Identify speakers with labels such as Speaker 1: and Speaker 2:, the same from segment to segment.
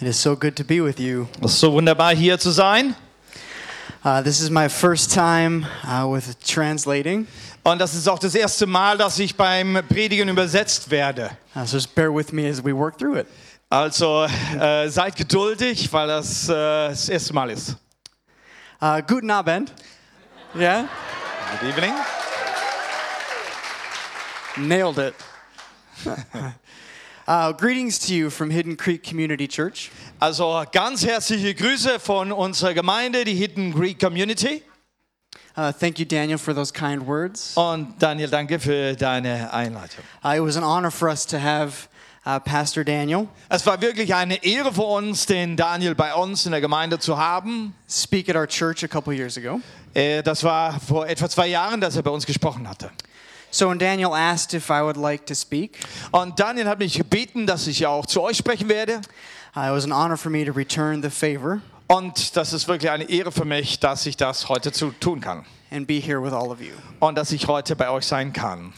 Speaker 1: It is so good to be with you.
Speaker 2: Es ist so wunderbar, hier zu sein.
Speaker 1: Uh, this is my first time uh, with translating,
Speaker 2: Und das ist auch das erste Mal, dass ich beim Predigen übersetzt werde.
Speaker 1: uh, so just bear with me as we work through it.
Speaker 2: Also äh, seid geduldig, weil das äh, das erste Mal ist.
Speaker 1: Uh, guten Abend. Yeah?
Speaker 2: Good evening.
Speaker 1: Nailed it. uh, greetings to you from Hidden Creek Community Church.
Speaker 2: Also ganz herzliche Grüße von unserer Gemeinde, die Hidden Greek Community.
Speaker 1: Uh, thank you, Daniel, for those kind words.
Speaker 2: Und Daniel, danke für deine Einleitung.
Speaker 1: Uh, it was an honor for us to have uh, Pastor Daniel
Speaker 2: Es war wirklich eine Ehre für uns, den Daniel bei uns in der Gemeinde zu haben.
Speaker 1: speak at our church a couple years ago.
Speaker 2: Äh, Das war vor etwa zwei Jahren, dass er bei uns gesprochen hatte.
Speaker 1: So when Daniel asked if I would like to speak,
Speaker 2: Und Daniel hat mich gebeten, dass ich ja auch zu euch sprechen werde.
Speaker 1: uh, it was an honor for me to return the favor
Speaker 2: Und das ist wirklich eine Ehre für mich, dass ich das heute zu tun kann.
Speaker 1: and be here with all of you.
Speaker 2: Und dass ich heute bei euch sein kann.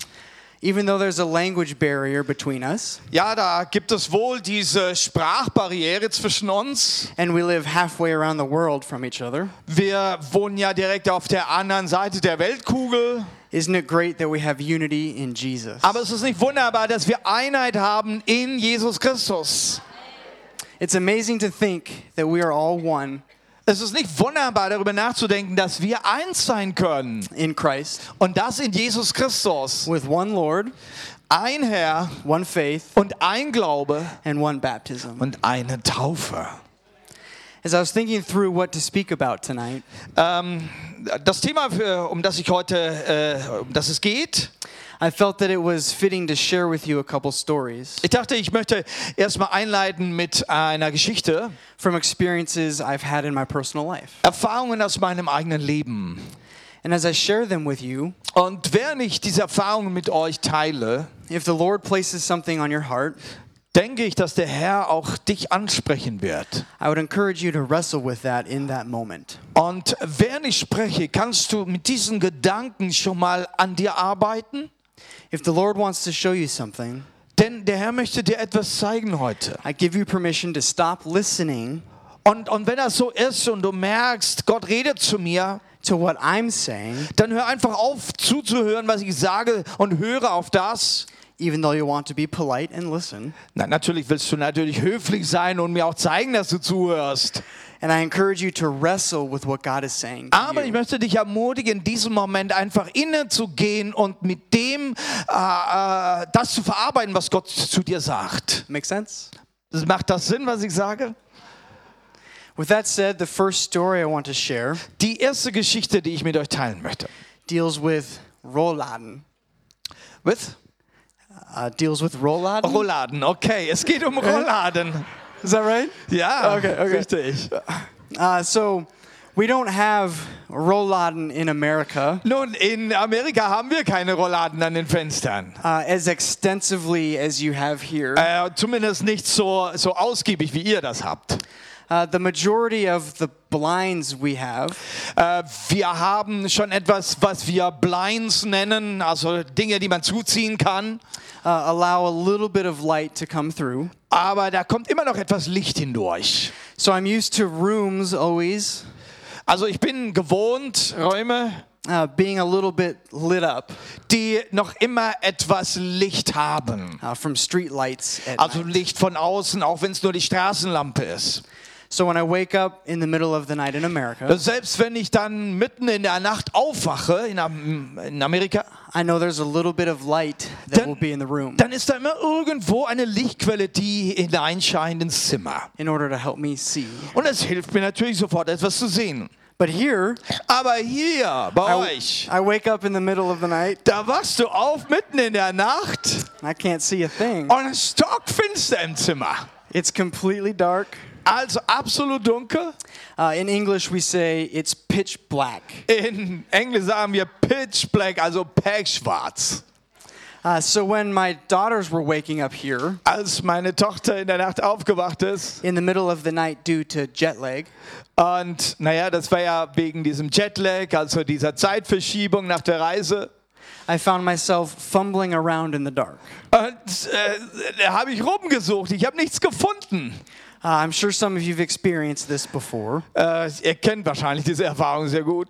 Speaker 1: Even though there's a language barrier between us,
Speaker 2: Ja, da gibt es wohl diese Sprachbarriere zwischen uns.
Speaker 1: and we live halfway around the world from each other,
Speaker 2: Wir wohnen ja direkt auf der anderen Seite der Weltkugel.
Speaker 1: isn't it great that we have unity in Jesus?
Speaker 2: Aber es ist nicht wunderbar, dass wir Einheit haben in Jesus Christus.
Speaker 1: It's amazing to think that we are all one
Speaker 2: Es ist nicht wunderbar, darüber nachzudenken, dass wir eins sein können.
Speaker 1: in Christ,
Speaker 2: Und das in Jesus Christus.
Speaker 1: with one Lord,
Speaker 2: Ein Herr
Speaker 1: one faith,
Speaker 2: und ein Glaube
Speaker 1: and one baptism.
Speaker 2: und eine Taufe.
Speaker 1: As I was thinking through what to speak about tonight,
Speaker 2: Ähm, das Thema, für, um das ich heute, äh, um das es geht,
Speaker 1: I felt that it was fitting to share with you a couple stories
Speaker 2: ich dachte, ich möchte erstmal einleiten mit einer Geschichte.
Speaker 1: from experiences I've had in my personal life.
Speaker 2: Erfahrungen aus meinem eigenen Leben.
Speaker 1: And as I share them with you,
Speaker 2: Und während ich diese Erfahrungen mit euch teile,
Speaker 1: if the Lord places something on your heart,
Speaker 2: denke ich, dass der Herr auch dich ansprechen wird.
Speaker 1: I would encourage you to wrestle with that in that moment.
Speaker 2: Und während ich spreche, kannst du mit diesen Gedanken schon mal an dir arbeiten?
Speaker 1: If the Lord wants to show you something,
Speaker 2: Denn der Herr möchte dir etwas zeigen heute.
Speaker 1: I give you permission to stop listening
Speaker 2: Und, und wenn das so ist und du merkst, Gott redet zu mir,
Speaker 1: to what I'm saying,
Speaker 2: dann hör einfach auf zuzuhören, was ich sage und höre auf das.
Speaker 1: even though you want to be polite and listen.
Speaker 2: Na, natürlich willst du natürlich höflich sein und mir auch zeigen, dass du zuhörst.
Speaker 1: And I encourage you to wrestle with what God is saying. to
Speaker 2: Aber ich
Speaker 1: you.
Speaker 2: möchte dich ermutigen, in diesem Moment einfach innezugehen und mit dem äh, äh, das zu verarbeiten, was Gott zu dir sagt.
Speaker 1: Make sense?
Speaker 2: Macht das Sinn, was ich sage?
Speaker 1: With that said, the first story I want to share
Speaker 2: Die erste Geschichte, die ich mit euch teilen möchte.
Speaker 1: deals with Roladen.
Speaker 2: With?
Speaker 1: Uh, deals with Roladen?
Speaker 2: Rolladen, okay. Es geht um Rolladen.
Speaker 1: Oh, is that right?
Speaker 2: Ja,
Speaker 1: Okay, okay.
Speaker 2: richtig.
Speaker 1: Uh, so we don't have Roladen in America
Speaker 2: Nun, in Amerika haben wir keine Rolladen an den Fenstern.
Speaker 1: uh, as extensively as you have here.
Speaker 2: Äh, zumindest nicht so, so ausgiebig, wie ihr das habt.
Speaker 1: Uh, the majority of the blinds we have
Speaker 2: Äh, wir haben schon etwas, was wir Blinds nennen, also Dinge, die man zuziehen kann.
Speaker 1: uh, allow a little bit of light to come through.
Speaker 2: Aber da kommt immer noch etwas Licht hindurch.
Speaker 1: So I'm used to rooms always
Speaker 2: Also ich bin gewohnt, Räume,
Speaker 1: uh, being a little bit lit up
Speaker 2: die noch immer etwas Licht haben.
Speaker 1: uh, from street lights. At
Speaker 2: Also
Speaker 1: night.
Speaker 2: Licht von außen, auch wenn es nur die Straßenlampe ist.
Speaker 1: So when I wake up in the middle of the night in America,
Speaker 2: Selbst wenn ich dann mitten in der Nacht aufwache in, Am in Amerika,
Speaker 1: I know there's a little bit of light that
Speaker 2: Dann-
Speaker 1: will be in the room
Speaker 2: dann ist da immer irgendwo eine Lichtquelle, die hineinscheint ins Zimmer.
Speaker 1: in order to help me see.
Speaker 2: Und das hilft mir natürlich sofort, etwas zu sehen.
Speaker 1: But here,
Speaker 2: Aber hier bei
Speaker 1: I,
Speaker 2: euch,
Speaker 1: I wake up in the middle of the night
Speaker 2: da wachst du auf mitten in der Nacht
Speaker 1: and I can't see a thing.
Speaker 2: und es ist stockfinster im Zimmer.
Speaker 1: It's completely dark.
Speaker 2: Also absolut dunkel.
Speaker 1: Uh, in English, we say it's pitch black.
Speaker 2: In Englisch sagen wir pitch black, also pechschwarz.
Speaker 1: Uh, so when my daughters were waking up here
Speaker 2: Als meine Tochter in der Nacht aufgewacht ist
Speaker 1: in the middle of the night due to jet lag,
Speaker 2: und naja, das war ja wegen diesem Jetlag, also dieser Zeitverschiebung nach der Reise.
Speaker 1: I found myself fumbling around in the dark.
Speaker 2: Und äh, da habe ich rumgesucht, ich habe nichts gefunden.
Speaker 1: Uh, I'm sure some of you have experienced this before. Uh,
Speaker 2: Äh, ihr kennt wahrscheinlich diese Erfahrung sehr gut.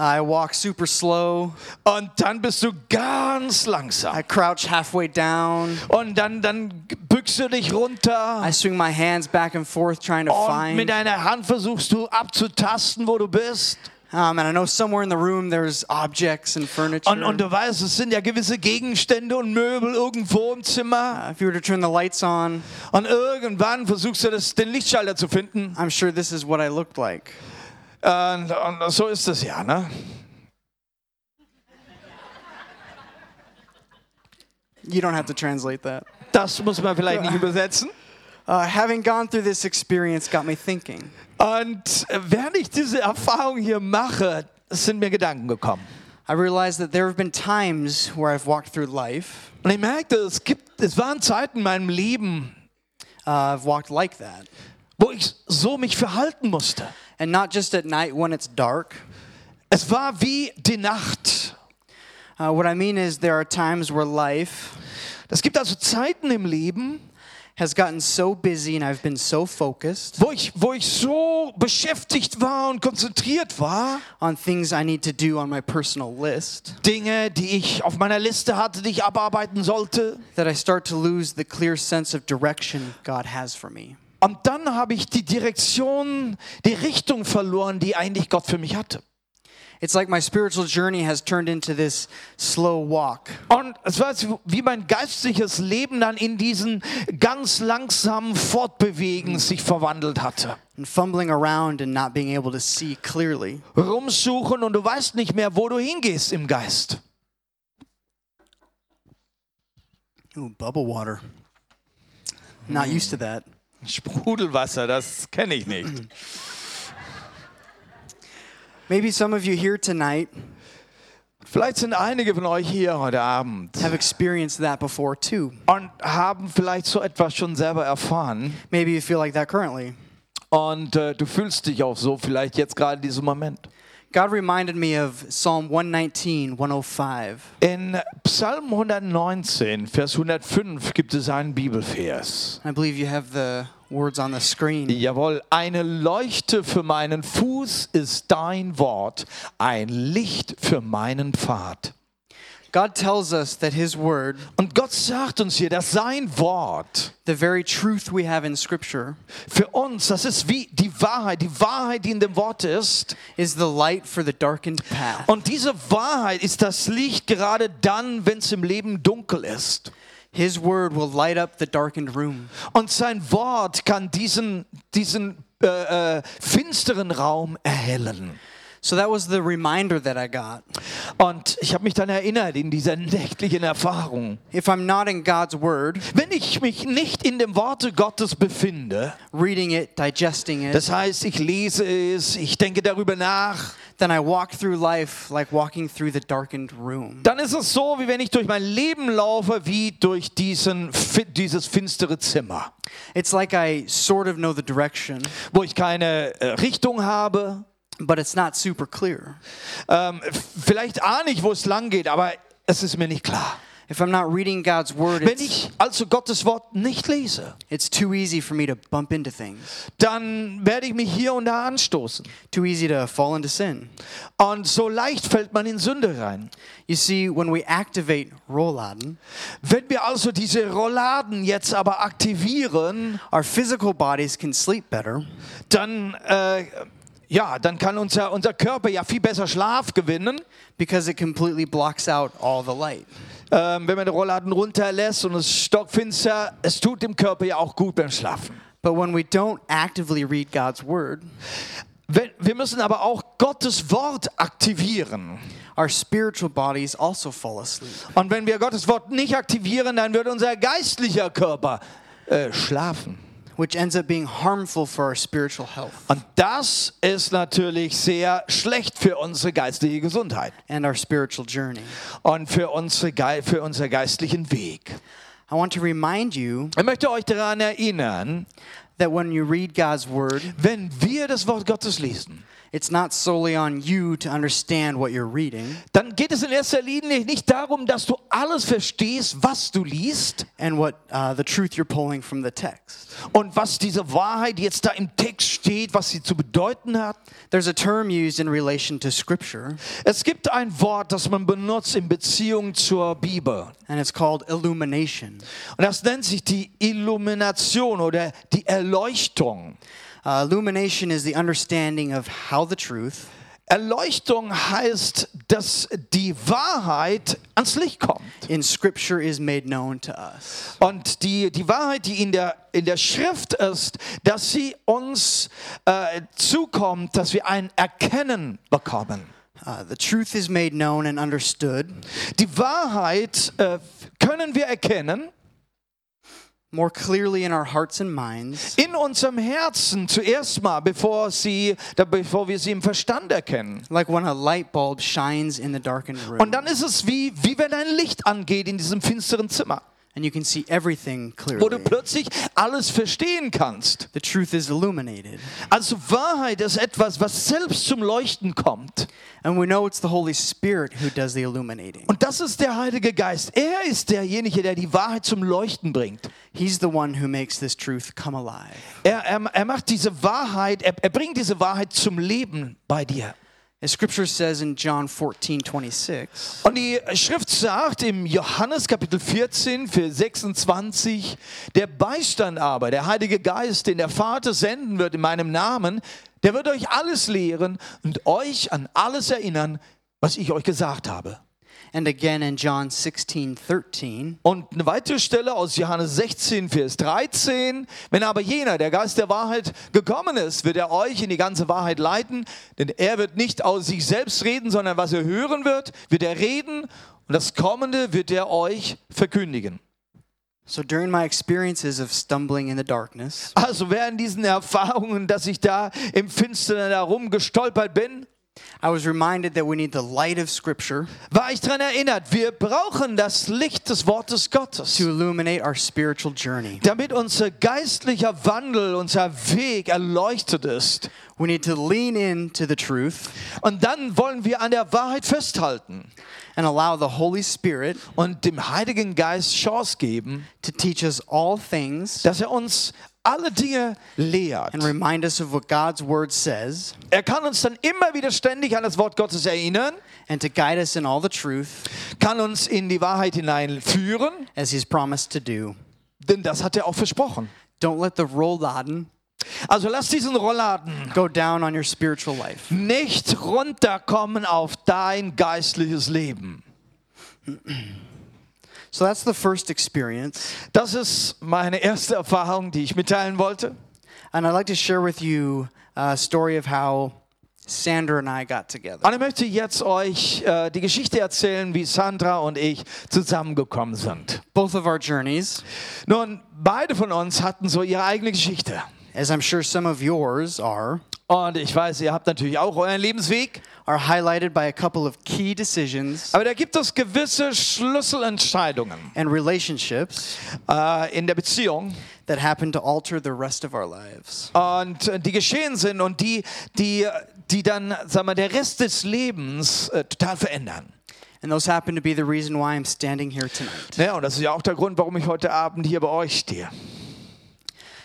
Speaker 1: I walk super slow,
Speaker 2: Und dann bist du ganz langsam.
Speaker 1: I crouch halfway down,
Speaker 2: Und dann, dann bückst du dich runter.
Speaker 1: I swing my hands back and forth trying to
Speaker 2: Und mit
Speaker 1: find.
Speaker 2: deiner Hand versuchst du abzutasten, wo du bist.
Speaker 1: Um, and I know somewhere in the room there's objects and furniture.
Speaker 2: Und, und du weißt, es sind ja gewisse Gegenstände und Möbel irgendwo im Zimmer.
Speaker 1: if you were to turn the lights on,
Speaker 2: Und irgendwann versuchst du das, den Lichtschalter zu finden.
Speaker 1: I'm sure this is what I looked like.
Speaker 2: Und, und so ist das ja, ne?
Speaker 1: You don't have to translate that.
Speaker 2: Das muss man vielleicht nicht übersetzen.
Speaker 1: Uh, having gone through this experience got me thinking.
Speaker 2: Und während ich diese Erfahrung hier mache, sind mir Gedanken gekommen.
Speaker 1: I realized that there have been times where I've walked through life,
Speaker 2: Und ich merkte, es, gibt, es waren Zeiten in meinem Leben,
Speaker 1: uh, I've walked like that.
Speaker 2: wo ich so mich verhalten musste.
Speaker 1: And not just at night when it's dark.
Speaker 2: Es war wie die Nacht.
Speaker 1: Uh, what I mean is, there are times where life
Speaker 2: Es gibt also Zeiten im Leben,
Speaker 1: has gotten so busy and I've been so focused
Speaker 2: wo ich, wo ich so beschäftigt war und konzentriert war.
Speaker 1: on things I need to do on my personal list
Speaker 2: Dinge, die ich auf meiner Liste hatte, die ich abarbeiten sollte.
Speaker 1: that I start to lose the clear sense of direction God has for me.
Speaker 2: Und dann habe ich die Direktion, die Richtung verloren, die eigentlich Gott für mich hatte.
Speaker 1: It's like my spiritual journey has turned into this slow walk.
Speaker 2: Und es war so wie mein geistliches Leben dann in diesen ganz langsamen Fortbewegen sich verwandelt hatte.
Speaker 1: and fumbling around and not being able to see clearly.
Speaker 2: Rumsuchen und du weißt nicht mehr, wo du hingehst im Geist.
Speaker 1: Ooh, bubble water. Not used to that.
Speaker 2: Sprudelwasser, das kenne ich nicht.
Speaker 1: Maybe some of you here tonight
Speaker 2: Vielleicht sind einige von euch hier heute Abend
Speaker 1: have experienced that before too.
Speaker 2: und haben vielleicht so etwas schon selber erfahren
Speaker 1: Maybe you feel like that currently.
Speaker 2: und äh, du fühlst dich auch so vielleicht jetzt gerade in diesem Moment.
Speaker 1: God reminded me of Psalm 119, 105.
Speaker 2: In Psalm 119, Vers 105 gibt es einen Bibelvers.
Speaker 1: I believe you have the words on the screen.
Speaker 2: Jawohl, eine Leuchte für meinen Fuß ist dein Wort, ein Licht für meinen Pfad.
Speaker 1: God tells us that His Word,
Speaker 2: Und Gott sagt uns hier, dass sein Wort
Speaker 1: the very truth we have in Scripture,
Speaker 2: für uns, das ist wie die Wahrheit, die Wahrheit, die in dem Wort ist.
Speaker 1: is the light for the darkened path.
Speaker 2: Und diese Wahrheit ist das Licht gerade dann, wenn es im Leben dunkel ist.
Speaker 1: His Word will light up the darkened room.
Speaker 2: Und sein Wort kann diesen, diesen äh, äh, finsteren Raum erhellen.
Speaker 1: So that was the reminder that I got.
Speaker 2: Und ich habe mich dann erinnert in dieser nächtlichen Erfahrung.
Speaker 1: If I'm not in God's Word,
Speaker 2: Wenn ich mich nicht in dem Worte Gottes befinde,
Speaker 1: reading it, digesting it,
Speaker 2: das heißt, ich lese es, ich denke darüber nach,
Speaker 1: then I walk through life like walking through the darkened room.
Speaker 2: dann ist es so, wie wenn ich durch mein Leben laufe, wie durch diesen, fi- dieses finstere Zimmer,
Speaker 1: It's like I sort of know the direction,
Speaker 2: wo ich keine äh, Richtung habe.
Speaker 1: but it's not super clear.
Speaker 2: Ähm, f- vielleicht ahne ich, wo es lang geht, aber es ist mir nicht klar.
Speaker 1: If I'm not reading God's word,
Speaker 2: Wenn
Speaker 1: it's,
Speaker 2: ich also Gottes Wort nicht lese,
Speaker 1: it's too easy for me to bump into things,
Speaker 2: dann werde ich mich hier und da anstoßen.
Speaker 1: too easy to fall into sin.
Speaker 2: Und so leicht fällt man in Sünde rein.
Speaker 1: You see, when we activate Roladen,
Speaker 2: Wenn wir also diese Rolladen jetzt aber aktivieren,
Speaker 1: our physical bodies can sleep better,
Speaker 2: dann, äh, ja, dann kann unser, unser Körper ja viel besser Schlaf gewinnen,
Speaker 1: because it completely blocks out all the light.
Speaker 2: ähm, wenn man den Rollladen runterlässt und es ist stockfinster. Es tut dem Körper ja auch gut beim Schlafen.
Speaker 1: But when we don't actively read God's word,
Speaker 2: Wenn, wir müssen aber auch Gottes Wort aktivieren.
Speaker 1: our spiritual bodies also fall asleep.
Speaker 2: Und wenn wir Gottes Wort nicht aktivieren, dann wird unser geistlicher Körper äh, schlafen.
Speaker 1: which ends up being harmful for our spiritual health
Speaker 2: Und das ist natürlich sehr schlecht für unsere geistliche Gesundheit
Speaker 1: and our spiritual journey.
Speaker 2: und für, unsere, Gei- für unseren geistlichen Weg.
Speaker 1: I want to remind you
Speaker 2: Ich möchte euch daran erinnern,
Speaker 1: that when you read God's word,
Speaker 2: Wenn wir das Wort Gottes lesen,
Speaker 1: it's not solely on you to understand what you're reading
Speaker 2: dann geht es in erster Linie nicht darum, dass du alles verstehst, was du liest
Speaker 1: and what uh, the truth you're pulling from the text.
Speaker 2: und was diese Wahrheit jetzt da im Text steht, was sie zu bedeuten hat.
Speaker 1: There's a term used in relation to scripture,
Speaker 2: Es gibt ein Wort, das man benutzt in Beziehung zur Bibel.
Speaker 1: and it's called illumination.
Speaker 2: Und das nennt sich die Illumination oder die Erleuchtung.
Speaker 1: Uh, illumination is the understanding of how the truth
Speaker 2: Erleuchtung heißt, dass die Wahrheit ans Licht kommt.
Speaker 1: in scripture is made known to us.
Speaker 2: Und die, die Wahrheit, die in der, in der Schrift ist, dass sie uns äh, zukommt, dass wir ein Erkennen bekommen.
Speaker 1: Uh, the truth is made known and understood
Speaker 2: Die Wahrheit äh, können wir erkennen
Speaker 1: more clearly in our hearts and minds,
Speaker 2: in unserem Herzen zuerst mal, bevor, sie, da, bevor wir sie im Verstand erkennen.
Speaker 1: like when a light bulb shines in the darkened room.
Speaker 2: Und dann ist es wie, wie wenn ein Licht angeht in diesem finsteren Zimmer,
Speaker 1: and you can see everything clearly.
Speaker 2: wo du plötzlich alles verstehen kannst.
Speaker 1: The truth is illuminated.
Speaker 2: Also Wahrheit ist etwas, was selbst zum Leuchten kommt.
Speaker 1: And we know it's the Holy Spirit who does the illuminating.
Speaker 2: Und das ist der Heilige Geist. Er ist derjenige, der die Wahrheit zum Leuchten bringt.
Speaker 1: He's the one who makes this truth come alive.
Speaker 2: Er, er, er macht diese Wahrheit, er, er bringt diese Wahrheit zum Leben bei dir.
Speaker 1: As scripture says in John 14, 26,
Speaker 2: Und die Schrift sagt im Johannes Kapitel 14, Vers 26, der Beistand aber, der Heilige Geist, den der Vater senden wird in meinem Namen, der wird euch alles lehren und euch an alles erinnern, was ich euch gesagt habe.
Speaker 1: and again in John 16, 13,
Speaker 2: Und eine weitere Stelle aus Johannes 16, Vers 13. Wenn aber jener, der Geist der Wahrheit, gekommen ist, wird er euch in die ganze Wahrheit leiten, denn er wird nicht aus sich selbst reden, sondern was er hören wird, wird er reden und das Kommende wird er euch verkündigen.
Speaker 1: So during my experiences of stumbling in the darkness,
Speaker 2: Also während diesen Erfahrungen, dass ich da im Finstern herumgestolpert bin,
Speaker 1: I was reminded that we need the light of scripture
Speaker 2: war ich daran erinnert, wir brauchen das Licht des Wortes Gottes.
Speaker 1: to illuminate our spiritual journey.
Speaker 2: Damit unser geistlicher Wandel, unser Weg erleuchtet ist.
Speaker 1: We need to lean into the truth
Speaker 2: Und dann wollen wir an der Wahrheit festhalten
Speaker 1: and allow the Holy Spirit
Speaker 2: und dem Heiligen Geist Chance geben,
Speaker 1: to teach us all things
Speaker 2: dass er uns alle Dinge lehrt.
Speaker 1: and remind us of what God's word says
Speaker 2: Er kann uns dann immer wieder ständig an das Wort Gottes erinnern,
Speaker 1: and to guide us in all the truth
Speaker 2: kann uns in die Wahrheit hineinführen,
Speaker 1: as he's promised to do.
Speaker 2: denn das hat er auch versprochen.
Speaker 1: Don't let the Rollladen
Speaker 2: Also lass diesen Rollladen
Speaker 1: go down on your spiritual life.
Speaker 2: nicht runterkommen auf dein geistliches Leben.
Speaker 1: So that's the first experience.
Speaker 2: Das ist meine erste Erfahrung, die ich mitteilen wollte.
Speaker 1: And I'd like to share with you a story of how Sandra and I got together.
Speaker 2: Und ich möchte jetzt euch äh, die Geschichte erzählen, wie Sandra und ich zusammengekommen sind.
Speaker 1: Both of our journeys,
Speaker 2: Nun, beide von uns hatten so ihre eigene Geschichte.
Speaker 1: as I'm sure some of yours are,
Speaker 2: Und ich weiß, ihr habt natürlich auch euren Lebensweg.
Speaker 1: are highlighted by a couple of key decisions
Speaker 2: Aber da gibt es gewisse Schlüsselentscheidungen
Speaker 1: and relationships
Speaker 2: äh, in der Beziehung
Speaker 1: that happen to alter the rest of our lives.
Speaker 2: und äh, die geschehen sind und die, die, die dann, sag mal, der Rest des Lebens äh, total verändern.
Speaker 1: And those happen to be the reason why I'm standing here tonight.
Speaker 2: Ja, und das ist ja auch der Grund, warum ich heute Abend hier bei euch stehe.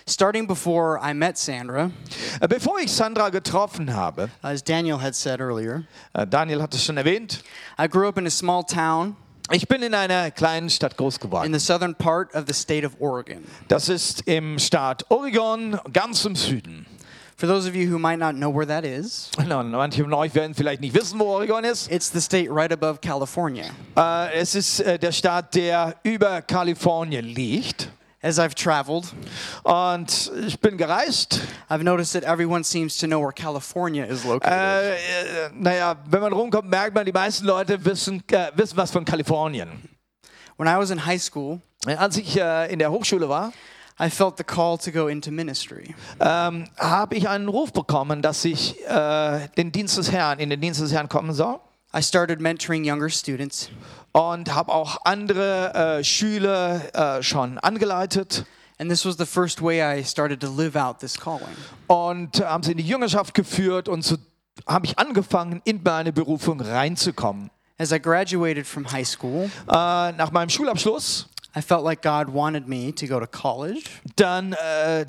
Speaker 1: Starting before I met Sandra,
Speaker 2: Äh, Bevor ich Sandra getroffen habe,
Speaker 1: as Daniel had said earlier,
Speaker 2: äh, Daniel hat es schon erwähnt,
Speaker 1: I grew up in a small town
Speaker 2: Ich bin in einer kleinen Stadt groß
Speaker 1: in
Speaker 2: geworden.
Speaker 1: the southern part of the state of Oregon.
Speaker 2: Das ist im Staat Oregon, ganz im Süden.
Speaker 1: For those of you who might not know where that is,
Speaker 2: Nun, Genau, Manche von euch werden vielleicht nicht wissen, wo Oregon ist.
Speaker 1: it's the state right above California.
Speaker 2: Äh, es ist äh, der Staat, der über Kalifornien liegt.
Speaker 1: As I've traveled,
Speaker 2: Und ich bin gereist.
Speaker 1: I've noticed that everyone seems to know where California is located.
Speaker 2: Äh, äh, naja, wenn man rumkommt, merkt man, die meisten Leute wissen, äh, wissen was von Kalifornien.
Speaker 1: when I was in high school,
Speaker 2: Als ich äh, in der Hochschule war,
Speaker 1: I felt the call to go into ministry.
Speaker 2: ähm, habe ich einen Ruf bekommen, dass ich äh, den Dienst des Herrn, in den Dienst des Herrn kommen soll.
Speaker 1: I started mentoring younger students,
Speaker 2: und habe auch andere äh, Schüler äh, schon angeleitet.
Speaker 1: And this was the first way I started to live out this calling.
Speaker 2: und haben sie in die Jüngerschaft geführt und so habe ich angefangen, in meine Berufung reinzukommen.
Speaker 1: As I graduated from high school,
Speaker 2: Äh, nach meinem Schulabschluss,
Speaker 1: I felt like God wanted me to go to college,
Speaker 2: dann äh,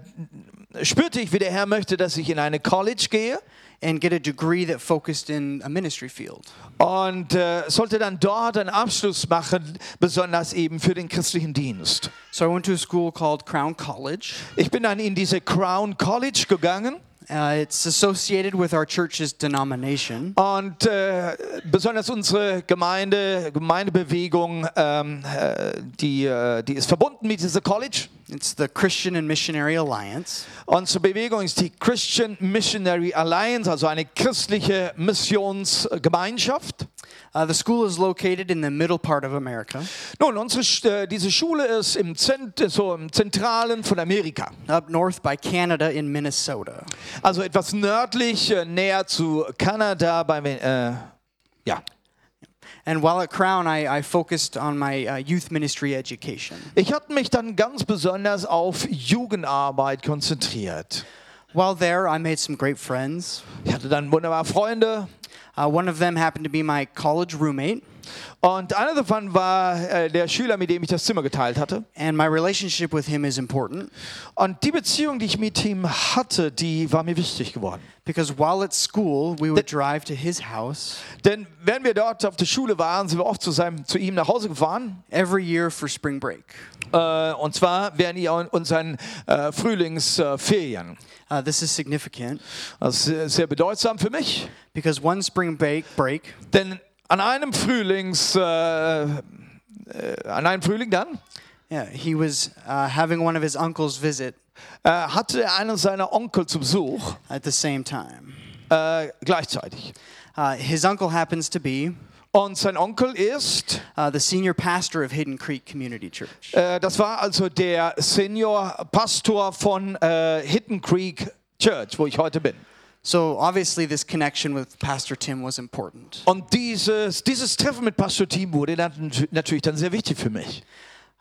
Speaker 2: spürte ich, wie der Herr möchte, dass ich in eine College gehe
Speaker 1: and get a degree that focused in a ministry field.
Speaker 2: und äh, sollte dann dort einen Abschluss machen, besonders eben für den christlichen Dienst.
Speaker 1: So I went to a school called Crown College.
Speaker 2: Ich bin dann in diese Crown College gegangen
Speaker 1: Uh, it's associated with our church's denomination.
Speaker 2: und äh, besonders unsere Gemeinde, Gemeindebewegung, ähm, äh, die, äh, die ist verbunden mit dieser College.
Speaker 1: It's the Christian and Missionary Alliance.
Speaker 2: Unsere Bewegung ist die Christian Missionary Alliance, also eine christliche Missionsgemeinschaft.
Speaker 1: Uh, the school is located in the middle part of America,
Speaker 2: Nun, unsere, Sch- äh, diese Schule ist im, Zent, so im Zentralen von Amerika,
Speaker 1: up north by Canada in Minnesota.
Speaker 2: also etwas nördlich, äh, näher zu Kanada. Bei, Ven- äh, ja.
Speaker 1: And while at Crown, I, I focused on my uh, youth ministry education.
Speaker 2: Ich hatte mich dann ganz besonders auf Jugendarbeit konzentriert.
Speaker 1: While there, I made some great friends.
Speaker 2: Ich hatte dann wunderbare Freunde.
Speaker 1: Uh, one of them happened to be my college roommate,
Speaker 2: Und einer davon war äh, der Schüler, mit dem ich das Zimmer geteilt hatte.
Speaker 1: and my relationship with him is important
Speaker 2: Und die Beziehung, die ich mit ihm hatte, die war mir wichtig geworden.
Speaker 1: because while at school, we would drive to his house
Speaker 2: Denn wenn wir dort auf der Schule waren, sind wir oft zu, seinem, zu ihm nach Hause gefahren.
Speaker 1: every year for spring break.
Speaker 2: Äh, und zwar während ihr unseren äh, Frühlingsferien.
Speaker 1: Uh, this is significant
Speaker 2: Das ist sehr- sehr bedeutsam für mich.
Speaker 1: because one spring break, break
Speaker 2: Denn an einem Frühlings... Äh, äh, an einem Frühling dann
Speaker 1: yeah, he was uh, having one of his uncles visit
Speaker 2: äh, hatte er einen seiner Onkel zu Besuch
Speaker 1: at the same time.
Speaker 2: äh, gleichzeitig.
Speaker 1: Uh, his uncle happens to be
Speaker 2: Und sein Onkel ist,
Speaker 1: uh, the senior pastor of Hidden Creek Community Church.
Speaker 2: äh, das war also der Senior Pastor von äh, Hidden Creek Church, wo ich heute bin.
Speaker 1: So obviously, this connection with Pastor Tim was important.
Speaker 2: Und dieses, dieses Treffen mit Pastor Team wurde dann natürlich dann sehr wichtig für mich.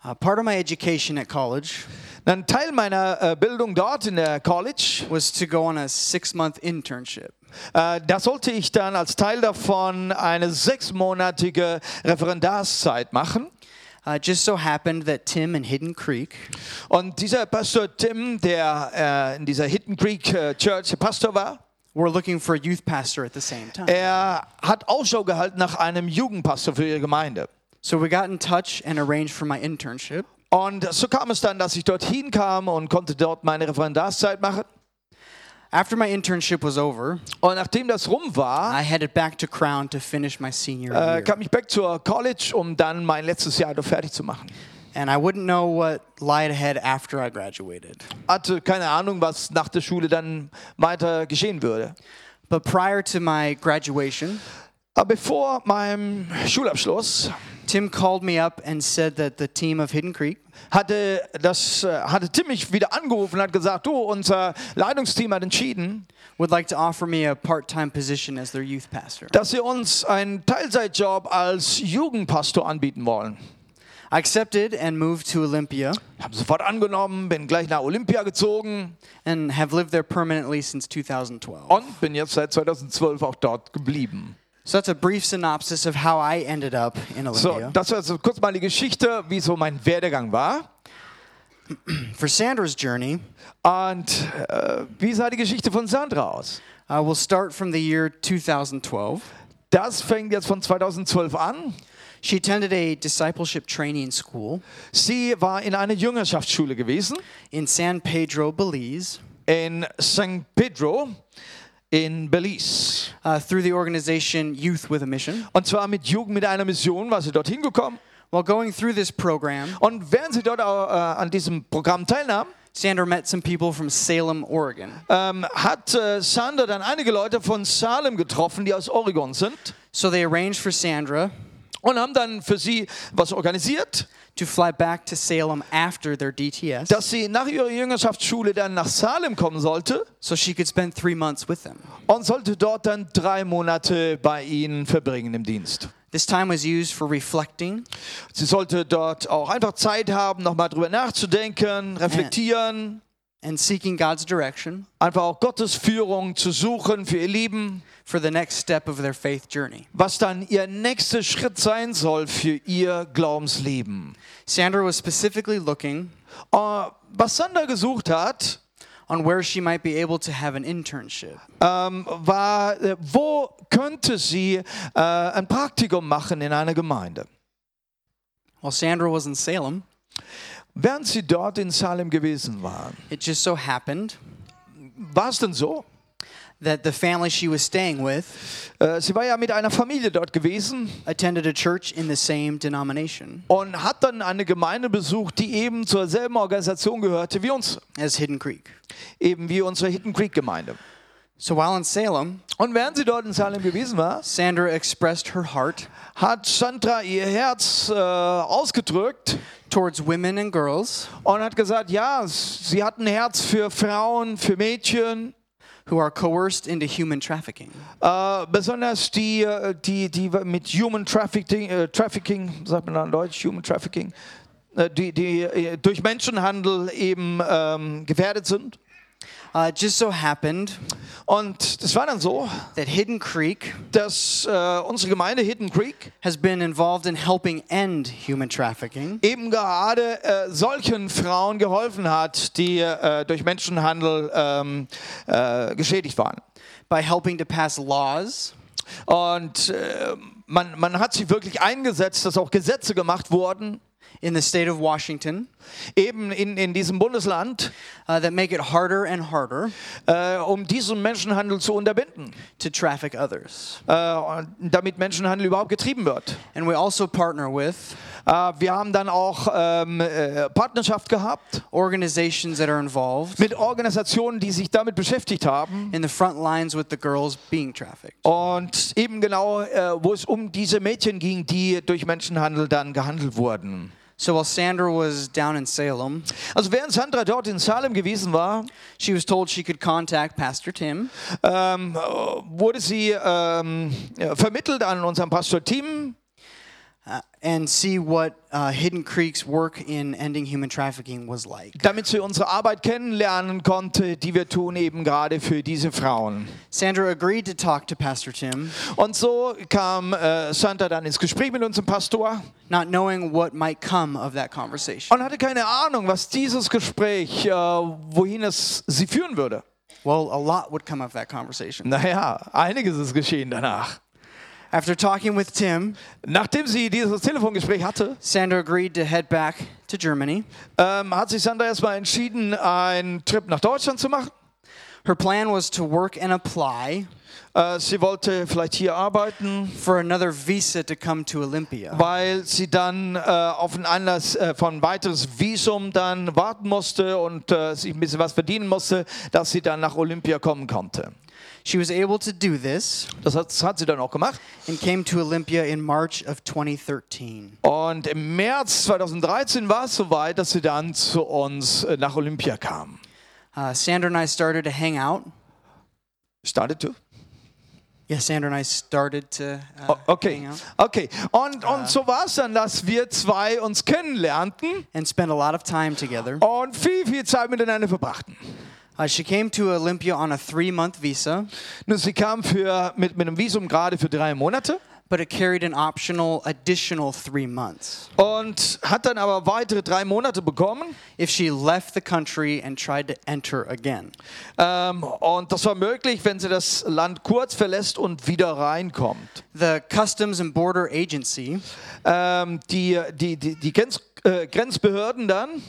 Speaker 1: Uh, part of my education at college
Speaker 2: Ein Teil meiner äh, Bildung dort in der College,
Speaker 1: was to go on a six month internship.
Speaker 2: äh, da sollte ich dann als Teil davon eine sechsmonatige Referendarszeit machen.
Speaker 1: Uh, it just so happened that Tim in Hidden Creek
Speaker 2: Und dieser Pastor Tim, der äh, in dieser Hidden Creek äh, Church Pastor war,
Speaker 1: were looking for a youth pastor at the same time.
Speaker 2: er hat Ausschau gehalten nach einem Jugendpastor für ihre Gemeinde.
Speaker 1: so we got in touch and arranged for my internship.
Speaker 2: Und so kam es dann, dass ich dorthin kam und konnte dort meine Referendarszeit machen.
Speaker 1: After my internship was over,
Speaker 2: Und nachdem das rum war,
Speaker 1: I headed back to Crown to finish my senior
Speaker 2: äh,
Speaker 1: year.
Speaker 2: kam ich back zur College, um dann mein letztes Jahr noch fertig zu machen.
Speaker 1: And I wouldn't know what lied ahead after I graduated.
Speaker 2: Hatte keine Ahnung, was nach der Schule dann weiter geschehen würde.
Speaker 1: But prior to my graduation,
Speaker 2: Aber bevor meinem Schulabschluss
Speaker 1: Tim called me up and said that the team of Hidden Creek
Speaker 2: hatte, das, äh, hatte Tim mich wieder angerufen und hat gesagt, du, unser Leitungsteam hat entschieden,
Speaker 1: would like to offer me a part time position as their youth pastor.
Speaker 2: dass sie uns einen Teilzeitjob als Jugendpastor anbieten wollen.
Speaker 1: I accepted and moved to Olympia
Speaker 2: Ich habe sofort angenommen, bin gleich nach Olympia gezogen
Speaker 1: and have lived there permanently since 2012.
Speaker 2: und bin jetzt seit 2012 auch dort geblieben.
Speaker 1: So that's a brief synopsis of how I ended up in
Speaker 2: So,
Speaker 1: Olympia.
Speaker 2: das war also kurz mal die Geschichte, wie so mein Werdegang war.
Speaker 1: For Sandra's journey,
Speaker 2: Und äh, wie sah die Geschichte von Sandra aus?
Speaker 1: uh, we'll start from the year 2012.
Speaker 2: Das fängt jetzt von 2012 an.
Speaker 1: She attended a discipleship training school
Speaker 2: Sie war in einer Jüngerschaftsschule gewesen
Speaker 1: in San Pedro, Belize,
Speaker 2: in San Pedro in Belize.
Speaker 1: uh, through the organization Youth with a Mission.
Speaker 2: Und zwar mit Jugend mit einer Mission war sie dorthin gekommen.
Speaker 1: While going through this program,
Speaker 2: Und während sie dort auch, äh, an diesem Programm teilnahm,
Speaker 1: Sandra met some people from Salem, Oregon.
Speaker 2: ähm, hat äh, Sandra dann einige Leute von Salem getroffen, die aus Oregon sind.
Speaker 1: So they arranged for Sandra
Speaker 2: Und haben dann für sie was organisiert,
Speaker 1: to fly back to Salem after their DTS
Speaker 2: dass sie nach ihrer Jüngerschaftsschule dann nach Salem kommen sollte.
Speaker 1: so she could spend three months with them.
Speaker 2: und sollte dort dann drei Monate bei ihnen verbringen im Dienst.
Speaker 1: This time was used for reflecting
Speaker 2: Sie sollte dort auch einfach Zeit haben, nochmal drüber nachzudenken, reflektieren,
Speaker 1: and seeking God's direction
Speaker 2: einfach auch Gottes Führung zu suchen für ihr Leben,
Speaker 1: for the next step of their faith journey.
Speaker 2: was dann ihr nächster Schritt sein soll für ihr Glaubensleben.
Speaker 1: Sandra was specifically looking
Speaker 2: Äh, was Sandra gesucht hat,
Speaker 1: on where she might be able to have an internship.
Speaker 2: ähm, war, äh, wo könnte sie äh, ein Praktikum machen in einer Gemeinde?
Speaker 1: While Sandra was in Salem,
Speaker 2: Während sie dort in Salem gewesen waren,
Speaker 1: it just so happened
Speaker 2: war es denn so?
Speaker 1: that the family she was staying with
Speaker 2: Äh, Sie war ja mit einer Familie dort gewesen
Speaker 1: attended a church in the same denomination
Speaker 2: und hat dann eine Gemeinde besucht, die eben zur selben Organisation gehörte wie uns,
Speaker 1: as Hidden Creek.
Speaker 2: eben wie unsere Hidden Creek Gemeinde.
Speaker 1: So while in Salem,
Speaker 2: Und während sie dort in Salem gewesen war,
Speaker 1: Sandra expressed her heart
Speaker 2: hat Sandra ihr Herz äh, ausgedrückt
Speaker 1: towards women and girls
Speaker 2: und hat gesagt, ja, s- sie hat ein Herz für Frauen, für Mädchen,
Speaker 1: who are coerced into human trafficking.
Speaker 2: Äh, besonders die, äh, die, die mit Human Trafficking, äh, Trafficking, sagt man in Deutsch, Human Trafficking, äh, die, die äh, durch Menschenhandel eben ähm, gefährdet sind.
Speaker 1: Uh, it just so happened
Speaker 2: Und das war dann so,
Speaker 1: that Hidden Creek
Speaker 2: dass äh, unsere Gemeinde Hidden Creek
Speaker 1: has been involved in helping end human trafficking.
Speaker 2: eben gerade äh, solchen Frauen geholfen hat, die äh, durch Menschenhandel ähm, äh, geschädigt waren.
Speaker 1: by helping to pass laws
Speaker 2: Und äh, man, man hat sich wirklich eingesetzt, dass auch Gesetze gemacht wurden,
Speaker 1: in the state of Washington
Speaker 2: eben in, in diesem Bundesland,
Speaker 1: uh, that make it harder and harder
Speaker 2: äh, um diesen Menschenhandel zu unterbinden,
Speaker 1: to traffic others.
Speaker 2: äh, und damit Menschenhandel überhaupt getrieben wird.
Speaker 1: And we also partner with
Speaker 2: Äh, wir haben dann auch ähm, äh, Partnerschaft gehabt
Speaker 1: organizations that are involved
Speaker 2: mit Organisationen, die sich damit beschäftigt haben
Speaker 1: in the front lines with the girls being trafficked.
Speaker 2: und eben genau, äh, wo es um diese Mädchen ging, die durch Menschenhandel dann gehandelt wurden.
Speaker 1: So while Sandra was down in Salem,
Speaker 2: Also während Sandra dort in Salem gewesen war,
Speaker 1: she was told she could contact Pastor Tim
Speaker 2: ähm, äh, wurde sie ähm, ja, vermittelt an unseren Pastor Tim
Speaker 1: uh, and see what uh, Hidden Creek's work in ending human trafficking was like.
Speaker 2: damit sie unsere Arbeit kennenlernen konnte, die wir tun eben gerade für diese Frauen.
Speaker 1: Sandra agreed to talk to Pastor Tim,
Speaker 2: Und so kam äh, Santa dann ins Gespräch mit unserem Pastor
Speaker 1: not knowing what might come of that conversation.
Speaker 2: und hatte keine Ahnung, was dieses Gespräch, äh, wohin es sie führen würde.
Speaker 1: Well, a lot would come of that conversation.
Speaker 2: Naja, einiges ist geschehen danach.
Speaker 1: After talking with Tim,
Speaker 2: Nachdem sie dieses Telefongespräch hatte,
Speaker 1: Sandra agreed to head back to Germany.
Speaker 2: ähm, hat sich Sandra erstmal entschieden, einen Trip nach Deutschland zu machen.
Speaker 1: Her plan was to work and apply
Speaker 2: Äh, sie wollte vielleicht hier arbeiten,
Speaker 1: for another visa to come to Olympia.
Speaker 2: weil sie dann äh, auf einen Anlass äh, von ein weiteres Visum dann warten musste und äh, sich ein bisschen was verdienen musste, dass sie dann nach Olympia kommen konnte.
Speaker 1: She was able to do this
Speaker 2: Das hat, das hat sie dann auch gemacht.
Speaker 1: and came to Olympia in March of 2013.
Speaker 2: Und im März 2013 war es soweit, dass sie dann zu uns äh, nach Olympia kam.
Speaker 1: Uh, Sandra and I started to hang out.
Speaker 2: Started to?
Speaker 1: Yeah, Sandra and I started to uh,
Speaker 2: O- Okay,
Speaker 1: hang out
Speaker 2: okay. Und, und so war es dann, dass wir zwei uns kennenlernten
Speaker 1: and spend a lot of time together.
Speaker 2: und viel, viel Zeit miteinander verbrachten.
Speaker 1: Uh, she came to Olympia on a three month visa,
Speaker 2: Nun, sie kam für, mit, mit einem Visum gerade für drei Monate
Speaker 1: but it carried an optional additional three months.
Speaker 2: und hat dann aber weitere drei Monate bekommen.
Speaker 1: if she left the country and tried to enter again.
Speaker 2: Ähm, und das war möglich, wenn sie das Land kurz verlässt und wieder reinkommt.
Speaker 1: The Customs and Border Agency
Speaker 2: Ähm, die, die, die, die Grenz, äh, Grenzbehörden dann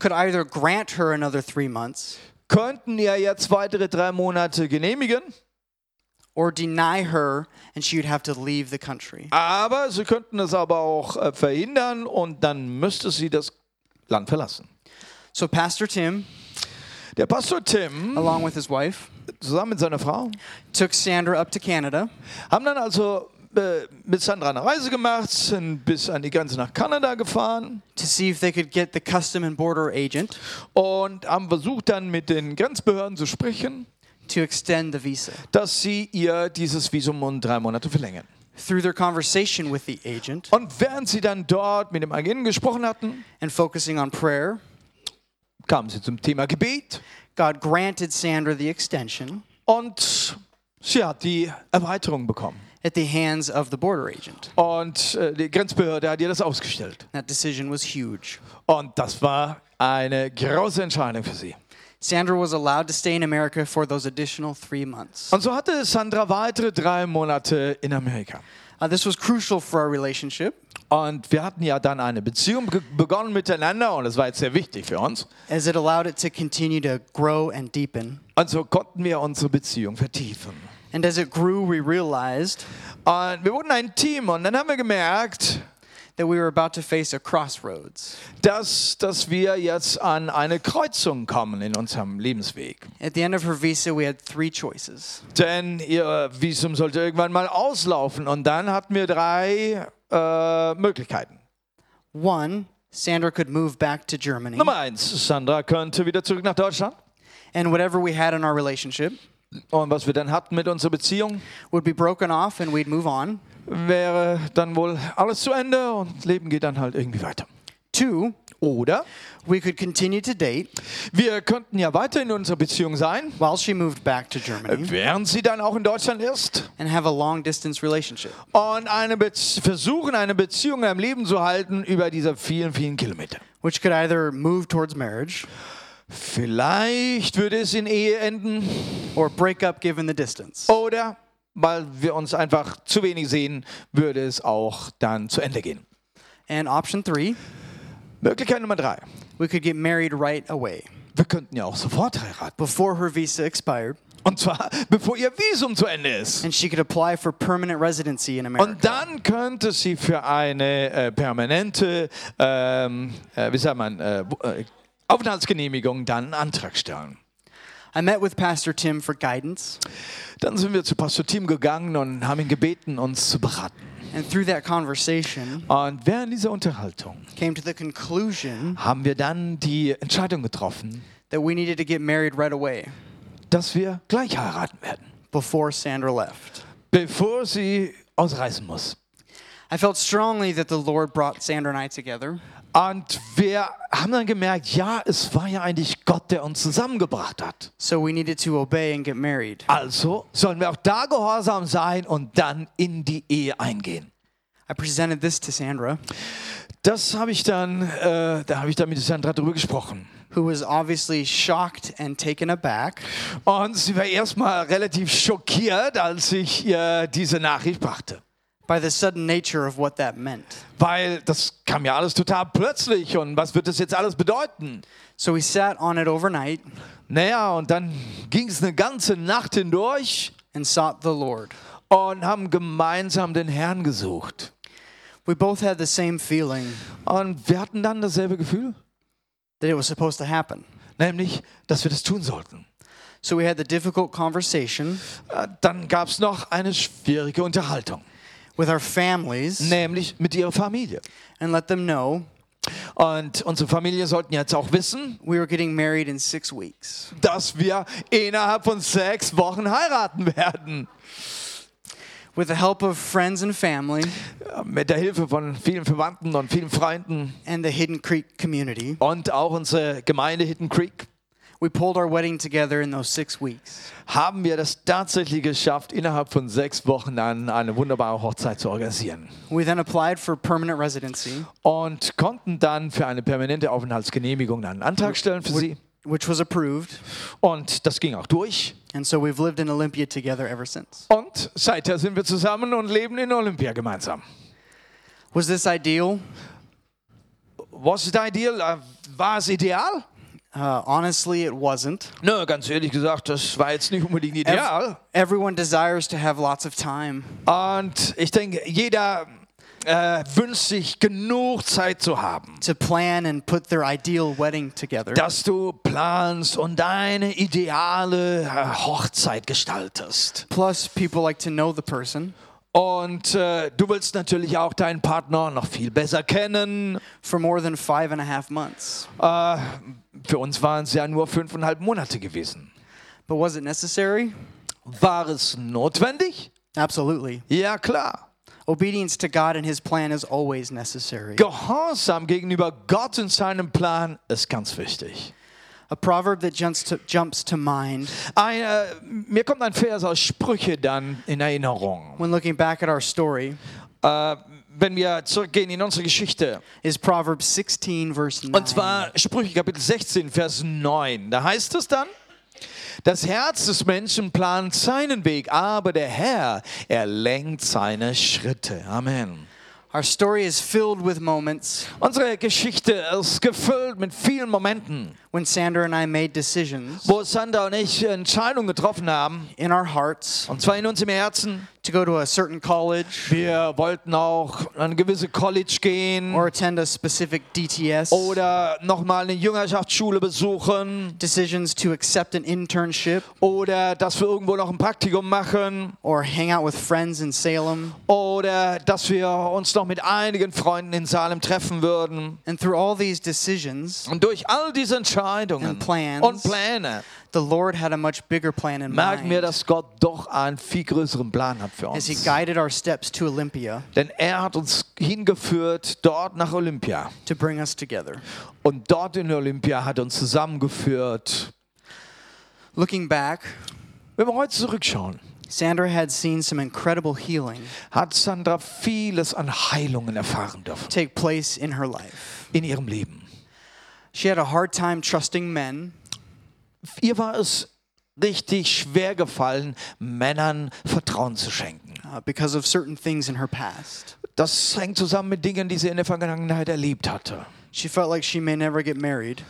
Speaker 1: could either grant her another three months
Speaker 2: könnten ihr jetzt weitere drei Monate genehmigen,
Speaker 1: or deny her and she would have to leave the country.
Speaker 2: aber sie könnten es aber auch äh, verhindern und dann müsste sie das Land verlassen.
Speaker 1: So Pastor Tim,
Speaker 2: Der Pastor Tim
Speaker 1: along with his wife,
Speaker 2: zusammen mit seiner Frau
Speaker 1: took Sandra up to Canada
Speaker 2: haben dann also äh, mit Sandra eine Reise gemacht, sind bis an die Grenze nach Kanada gefahren
Speaker 1: to see if they could get the Custom and Border Agent
Speaker 2: und haben versucht dann mit den Grenzbehörden zu sprechen,
Speaker 1: to extend the visa.
Speaker 2: dass sie ihr dieses Visum um drei Monate verlängern.
Speaker 1: through their conversation with the agent
Speaker 2: Und während sie dann dort mit dem Agenten gesprochen hatten,
Speaker 1: and focusing on prayer,
Speaker 2: kamen sie zum Thema Gebet
Speaker 1: God granted Sandra the extension
Speaker 2: und sie hat die Erweiterung bekommen.
Speaker 1: at the hands of the border agent.
Speaker 2: Und äh, die Grenzbehörde hat ihr das ausgestellt.
Speaker 1: That decision was huge.
Speaker 2: Und das war eine große Entscheidung für sie.
Speaker 1: Sandra was allowed to stay in America for those additional three months.
Speaker 2: Und so hatte Sandra weitere drei Monate in Amerika.
Speaker 1: Uh, this was crucial for our relationship
Speaker 2: Und wir hatten ja dann eine Beziehung be- begonnen miteinander und das war jetzt sehr wichtig für uns.
Speaker 1: as it allowed it to continue to grow and deepen.
Speaker 2: Und so konnten wir unsere Beziehung vertiefen.
Speaker 1: And as it grew, we realized
Speaker 2: Und wir wurden ein Team und dann haben wir gemerkt,
Speaker 1: that we were about to face a crossroads.
Speaker 2: dass, dass wir jetzt an eine Kreuzung kommen in unserem Lebensweg.
Speaker 1: At the end of her visa, we had three choices.
Speaker 2: Denn ihr Visum sollte irgendwann mal auslaufen und dann hatten wir drei äh, Möglichkeiten.
Speaker 1: One, Sandra could move back to Germany,
Speaker 2: Nummer eins, Sandra könnte wieder zurück nach Deutschland.
Speaker 1: and whatever we had in our relationship
Speaker 2: Und was wir dann hatten mit unserer Beziehung,
Speaker 1: would be broken off and we'd move on.
Speaker 2: wäre dann wohl alles zu Ende und Leben geht dann halt irgendwie weiter.
Speaker 1: Two,
Speaker 2: Oder
Speaker 1: we could continue to date
Speaker 2: wir könnten ja weiter in unserer Beziehung sein,
Speaker 1: while she moved back to Germany
Speaker 2: während sie dann auch in Deutschland ist
Speaker 1: and have a long distance relationship.
Speaker 2: und eine Be versuchen, eine Beziehung am Leben zu halten über diese vielen, vielen Kilometer.
Speaker 1: which could either move towards marriage
Speaker 2: Vielleicht würde es in Ehe enden
Speaker 1: or break up given the distance.
Speaker 2: oder weil wir uns einfach zu wenig sehen, würde es auch dann zu Ende gehen.
Speaker 1: And option three,
Speaker 2: Möglichkeit Nummer drei.
Speaker 1: we could get married right away
Speaker 2: Wir könnten ja auch sofort heiraten.
Speaker 1: before her visa expired,
Speaker 2: Und zwar bevor ihr Visum zu Ende ist.
Speaker 1: and she could apply for permanent residency in America.
Speaker 2: Und dann könnte sie für eine äh, permanente, ähm, äh, wie sagt man, äh, wo- äh, Aufenthaltsgenehmigung dann einen Antrag stellen.
Speaker 1: I met with Pastor Tim for guidance,
Speaker 2: Dann sind wir zu Pastor Tim gegangen und haben ihn gebeten, uns zu beraten.
Speaker 1: and through that conversation,
Speaker 2: Und während dieser Unterhaltung
Speaker 1: came to the conclusion
Speaker 2: haben wir dann die Entscheidung getroffen,
Speaker 1: that we needed to get married right away
Speaker 2: dass wir gleich heiraten werden,
Speaker 1: before Sandra left.
Speaker 2: bevor sie ausreisen muss.
Speaker 1: I felt strongly that the Lord brought Sandra and I together,
Speaker 2: Und wir haben dann gemerkt, ja, es war ja eigentlich Gott, der uns zusammengebracht hat.
Speaker 1: so we needed to obey and get married.
Speaker 2: Also sollen wir auch da gehorsam sein und dann in die Ehe eingehen.
Speaker 1: I presented this to Sandra,
Speaker 2: Das habe ich dann, äh, da habe ich dann mit Sandra drüber gesprochen.
Speaker 1: who was obviously shocked and taken aback.
Speaker 2: Und sie war erstmal relativ schockiert, als ich ihr diese Nachricht brachte.
Speaker 1: by the sudden nature of what that meant.
Speaker 2: Weil das kam ja alles total plötzlich und was wird das jetzt alles bedeuten?
Speaker 1: So we sat on it overnight
Speaker 2: Naja, und dann ging es eine ganze Nacht hindurch
Speaker 1: and sought the Lord.
Speaker 2: und haben gemeinsam den Herrn gesucht.
Speaker 1: We both had the same feeling
Speaker 2: Und wir hatten dann dasselbe Gefühl,
Speaker 1: that it was supposed to happen.
Speaker 2: nämlich, dass wir das tun sollten.
Speaker 1: So we had the difficult conversation
Speaker 2: Äh, Dann gab es noch eine schwierige Unterhaltung,
Speaker 1: with our families
Speaker 2: nämlich mit ihrer Familie.
Speaker 1: and let them know
Speaker 2: Und unsere Familie sollten jetzt auch wissen,
Speaker 1: we were getting married in six weeks.
Speaker 2: dass wir innerhalb von sechs Wochen heiraten werden.
Speaker 1: With the help of friends and family
Speaker 2: Äh, Mit der Hilfe von vielen Verwandten und vielen Freunden
Speaker 1: and the Hidden Creek community,
Speaker 2: und auch unsere Gemeinde Hidden Creek
Speaker 1: we pulled our wedding together in those six weeks.
Speaker 2: haben wir das tatsächlich geschafft, innerhalb von sechs Wochen dann eine wunderbare Hochzeit zu organisieren.
Speaker 1: We then applied for permanent residency,
Speaker 2: Und konnten dann für eine permanente Aufenthaltsgenehmigung dann einen Antrag stellen für sie.
Speaker 1: which was approved,
Speaker 2: Und das ging auch durch.
Speaker 1: and so we've lived in Olympia together ever since.
Speaker 2: Und seither sind wir zusammen und leben in Olympia gemeinsam.
Speaker 1: Was this ideal?
Speaker 2: Was ist ideal? Äh, War es ideal?
Speaker 1: Uh, honestly, it wasn't.
Speaker 2: Nö, ganz ehrlich gesagt, das war jetzt nicht unbedingt ideal.
Speaker 1: Everyone desires to have lots of time,
Speaker 2: Und ich denke, jeder äh, wünscht sich genug Zeit zu haben,
Speaker 1: to plan and put their ideal wedding together.
Speaker 2: dass du planst und deine ideale äh, Hochzeit gestaltest.
Speaker 1: Plus, people like to know the person
Speaker 2: Und äh, du willst natürlich auch deinen Partner noch viel besser kennen.
Speaker 1: for more than five and a half months.
Speaker 2: Äh, für uns waren es ja nur fünfeinhalb Monate gewesen.
Speaker 1: But was it necessary?
Speaker 2: War es notwendig?
Speaker 1: Absolutely.
Speaker 2: Ja, klar.
Speaker 1: Obedience to God and His plan is always necessary.
Speaker 2: Gehorsam gegenüber Gott und seinem Plan ist ganz wichtig.
Speaker 1: A proverb that jumps to, jumps to mind
Speaker 2: Ein, äh, mir kommt ein Vers aus Sprüche dann in Erinnerung.
Speaker 1: when looking back at our story
Speaker 2: Äh, wenn wir zurückgehen in unsere Geschichte.
Speaker 1: is Proverbs 16, verse 9.
Speaker 2: Und zwar Sprüche Kapitel 16, Vers 9. Da heißt es dann, das Herz des Menschen plant seinen Weg, aber der Herr, er lenkt seine Schritte. Amen.
Speaker 1: Our story is filled with moments
Speaker 2: Unsere Geschichte ist gefüllt mit vielen Momenten,
Speaker 1: when Sandra and I made decisions
Speaker 2: wo Sander und ich Entscheidungen getroffen haben,
Speaker 1: in our hearts
Speaker 2: und zwar in unserem Herzen.
Speaker 1: to go to a certain college
Speaker 2: Wir wollten auch an eine gewisse College gehen
Speaker 1: or attend a specific DTS.
Speaker 2: Oh, oder nochmal eine Jüngerschaftsschule besuchen
Speaker 1: decisions to accept an internship
Speaker 2: oder dass wir irgendwo noch ein Praktikum machen.
Speaker 1: or hang out with friends in Salem.
Speaker 2: oder dass wir uns noch mit einigen Freunden in Salem treffen würden.
Speaker 1: And through all these decisions,
Speaker 2: Und durch all diese Entscheidungen
Speaker 1: And plans.
Speaker 2: und Pläne
Speaker 1: the Lord had a much bigger plan in
Speaker 2: merken wir,
Speaker 1: mind
Speaker 2: dass Gott doch einen viel größeren Plan hat für
Speaker 1: as He
Speaker 2: uns.
Speaker 1: guided our steps to Olympia
Speaker 2: Denn er hat uns hingeführt dort nach Olympia.
Speaker 1: to bring us together.
Speaker 2: Und dort in Olympia hat uns zusammengeführt.
Speaker 1: Looking back,
Speaker 2: Wenn wir heute zurückschauen,
Speaker 1: Sandra had seen some incredible healing
Speaker 2: hat Sandra vieles an Heilungen erfahren dürfen
Speaker 1: take place in her life.
Speaker 2: in ihrem Leben.
Speaker 1: She had a hard time trusting men,
Speaker 2: Ihr war es richtig schwer gefallen, Männern Vertrauen zu schenken.
Speaker 1: uh, because of certain things in her past.
Speaker 2: Das hängt zusammen mit Dingen, die sie in der Vergangenheit erlebt hatte.
Speaker 1: She felt like she may never get married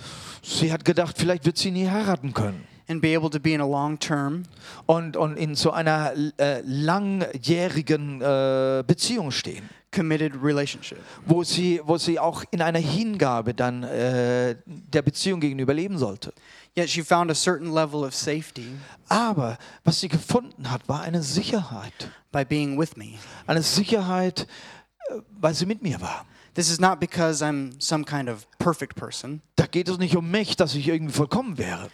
Speaker 2: Sie hat gedacht, vielleicht wird sie nie heiraten können.
Speaker 1: and be able to be in a long term,
Speaker 2: Und, und in so einer äh, langjährigen äh, Beziehung stehen,
Speaker 1: committed relationship.
Speaker 2: wo sie, wo sie auch in einer Hingabe dann äh, der Beziehung gegenüber leben sollte.
Speaker 1: Yet she found a certain level of safety
Speaker 2: Aber was sie gefunden hat, war eine Sicherheit.
Speaker 1: by being with me.
Speaker 2: Eine Sicherheit, äh, weil sie mit mir war.
Speaker 1: This is not because I'm some kind of perfect person,
Speaker 2: Da geht es nicht um mich, dass ich irgendwie vollkommen wäre,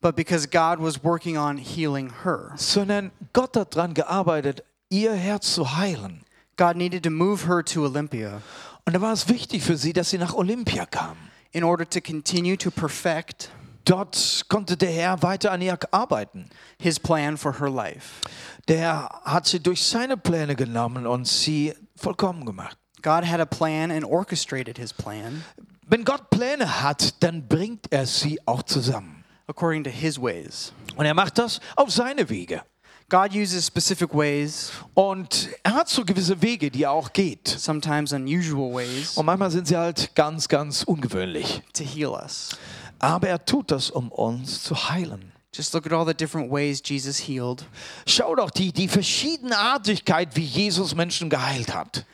Speaker 1: but because God was working on healing her.
Speaker 2: sondern Gott hat daran gearbeitet, ihr Herz zu heilen.
Speaker 1: God needed to move her to Olympia
Speaker 2: Und da war es wichtig für sie, dass sie nach Olympia kam.
Speaker 1: in order to continue to perfect
Speaker 2: Dort konnte der Herr weiter an ihr arbeiten.
Speaker 1: his plan for her life.
Speaker 2: Der Herr hat sie durch seine Pläne genommen und sie vollkommen gemacht.
Speaker 1: God had a plan and orchestrated his plan
Speaker 2: Wenn Gott Pläne hat, dann bringt er sie auch zusammen.
Speaker 1: according to his ways.
Speaker 2: Und er macht das auf seine Wege.
Speaker 1: God uses specific ways,
Speaker 2: Und er hat so gewisse Wege, die er auch geht.
Speaker 1: sometimes unusual ways,
Speaker 2: Und manchmal sind sie halt ganz, ganz ungewöhnlich.
Speaker 1: to heal us.
Speaker 2: Aber er tut das, um uns zu heilen.
Speaker 1: Just look at all the different ways Jesus healed.
Speaker 2: Schau doch die, die verschiedene Artigkeit, wie Jesus Menschen geheilt hat.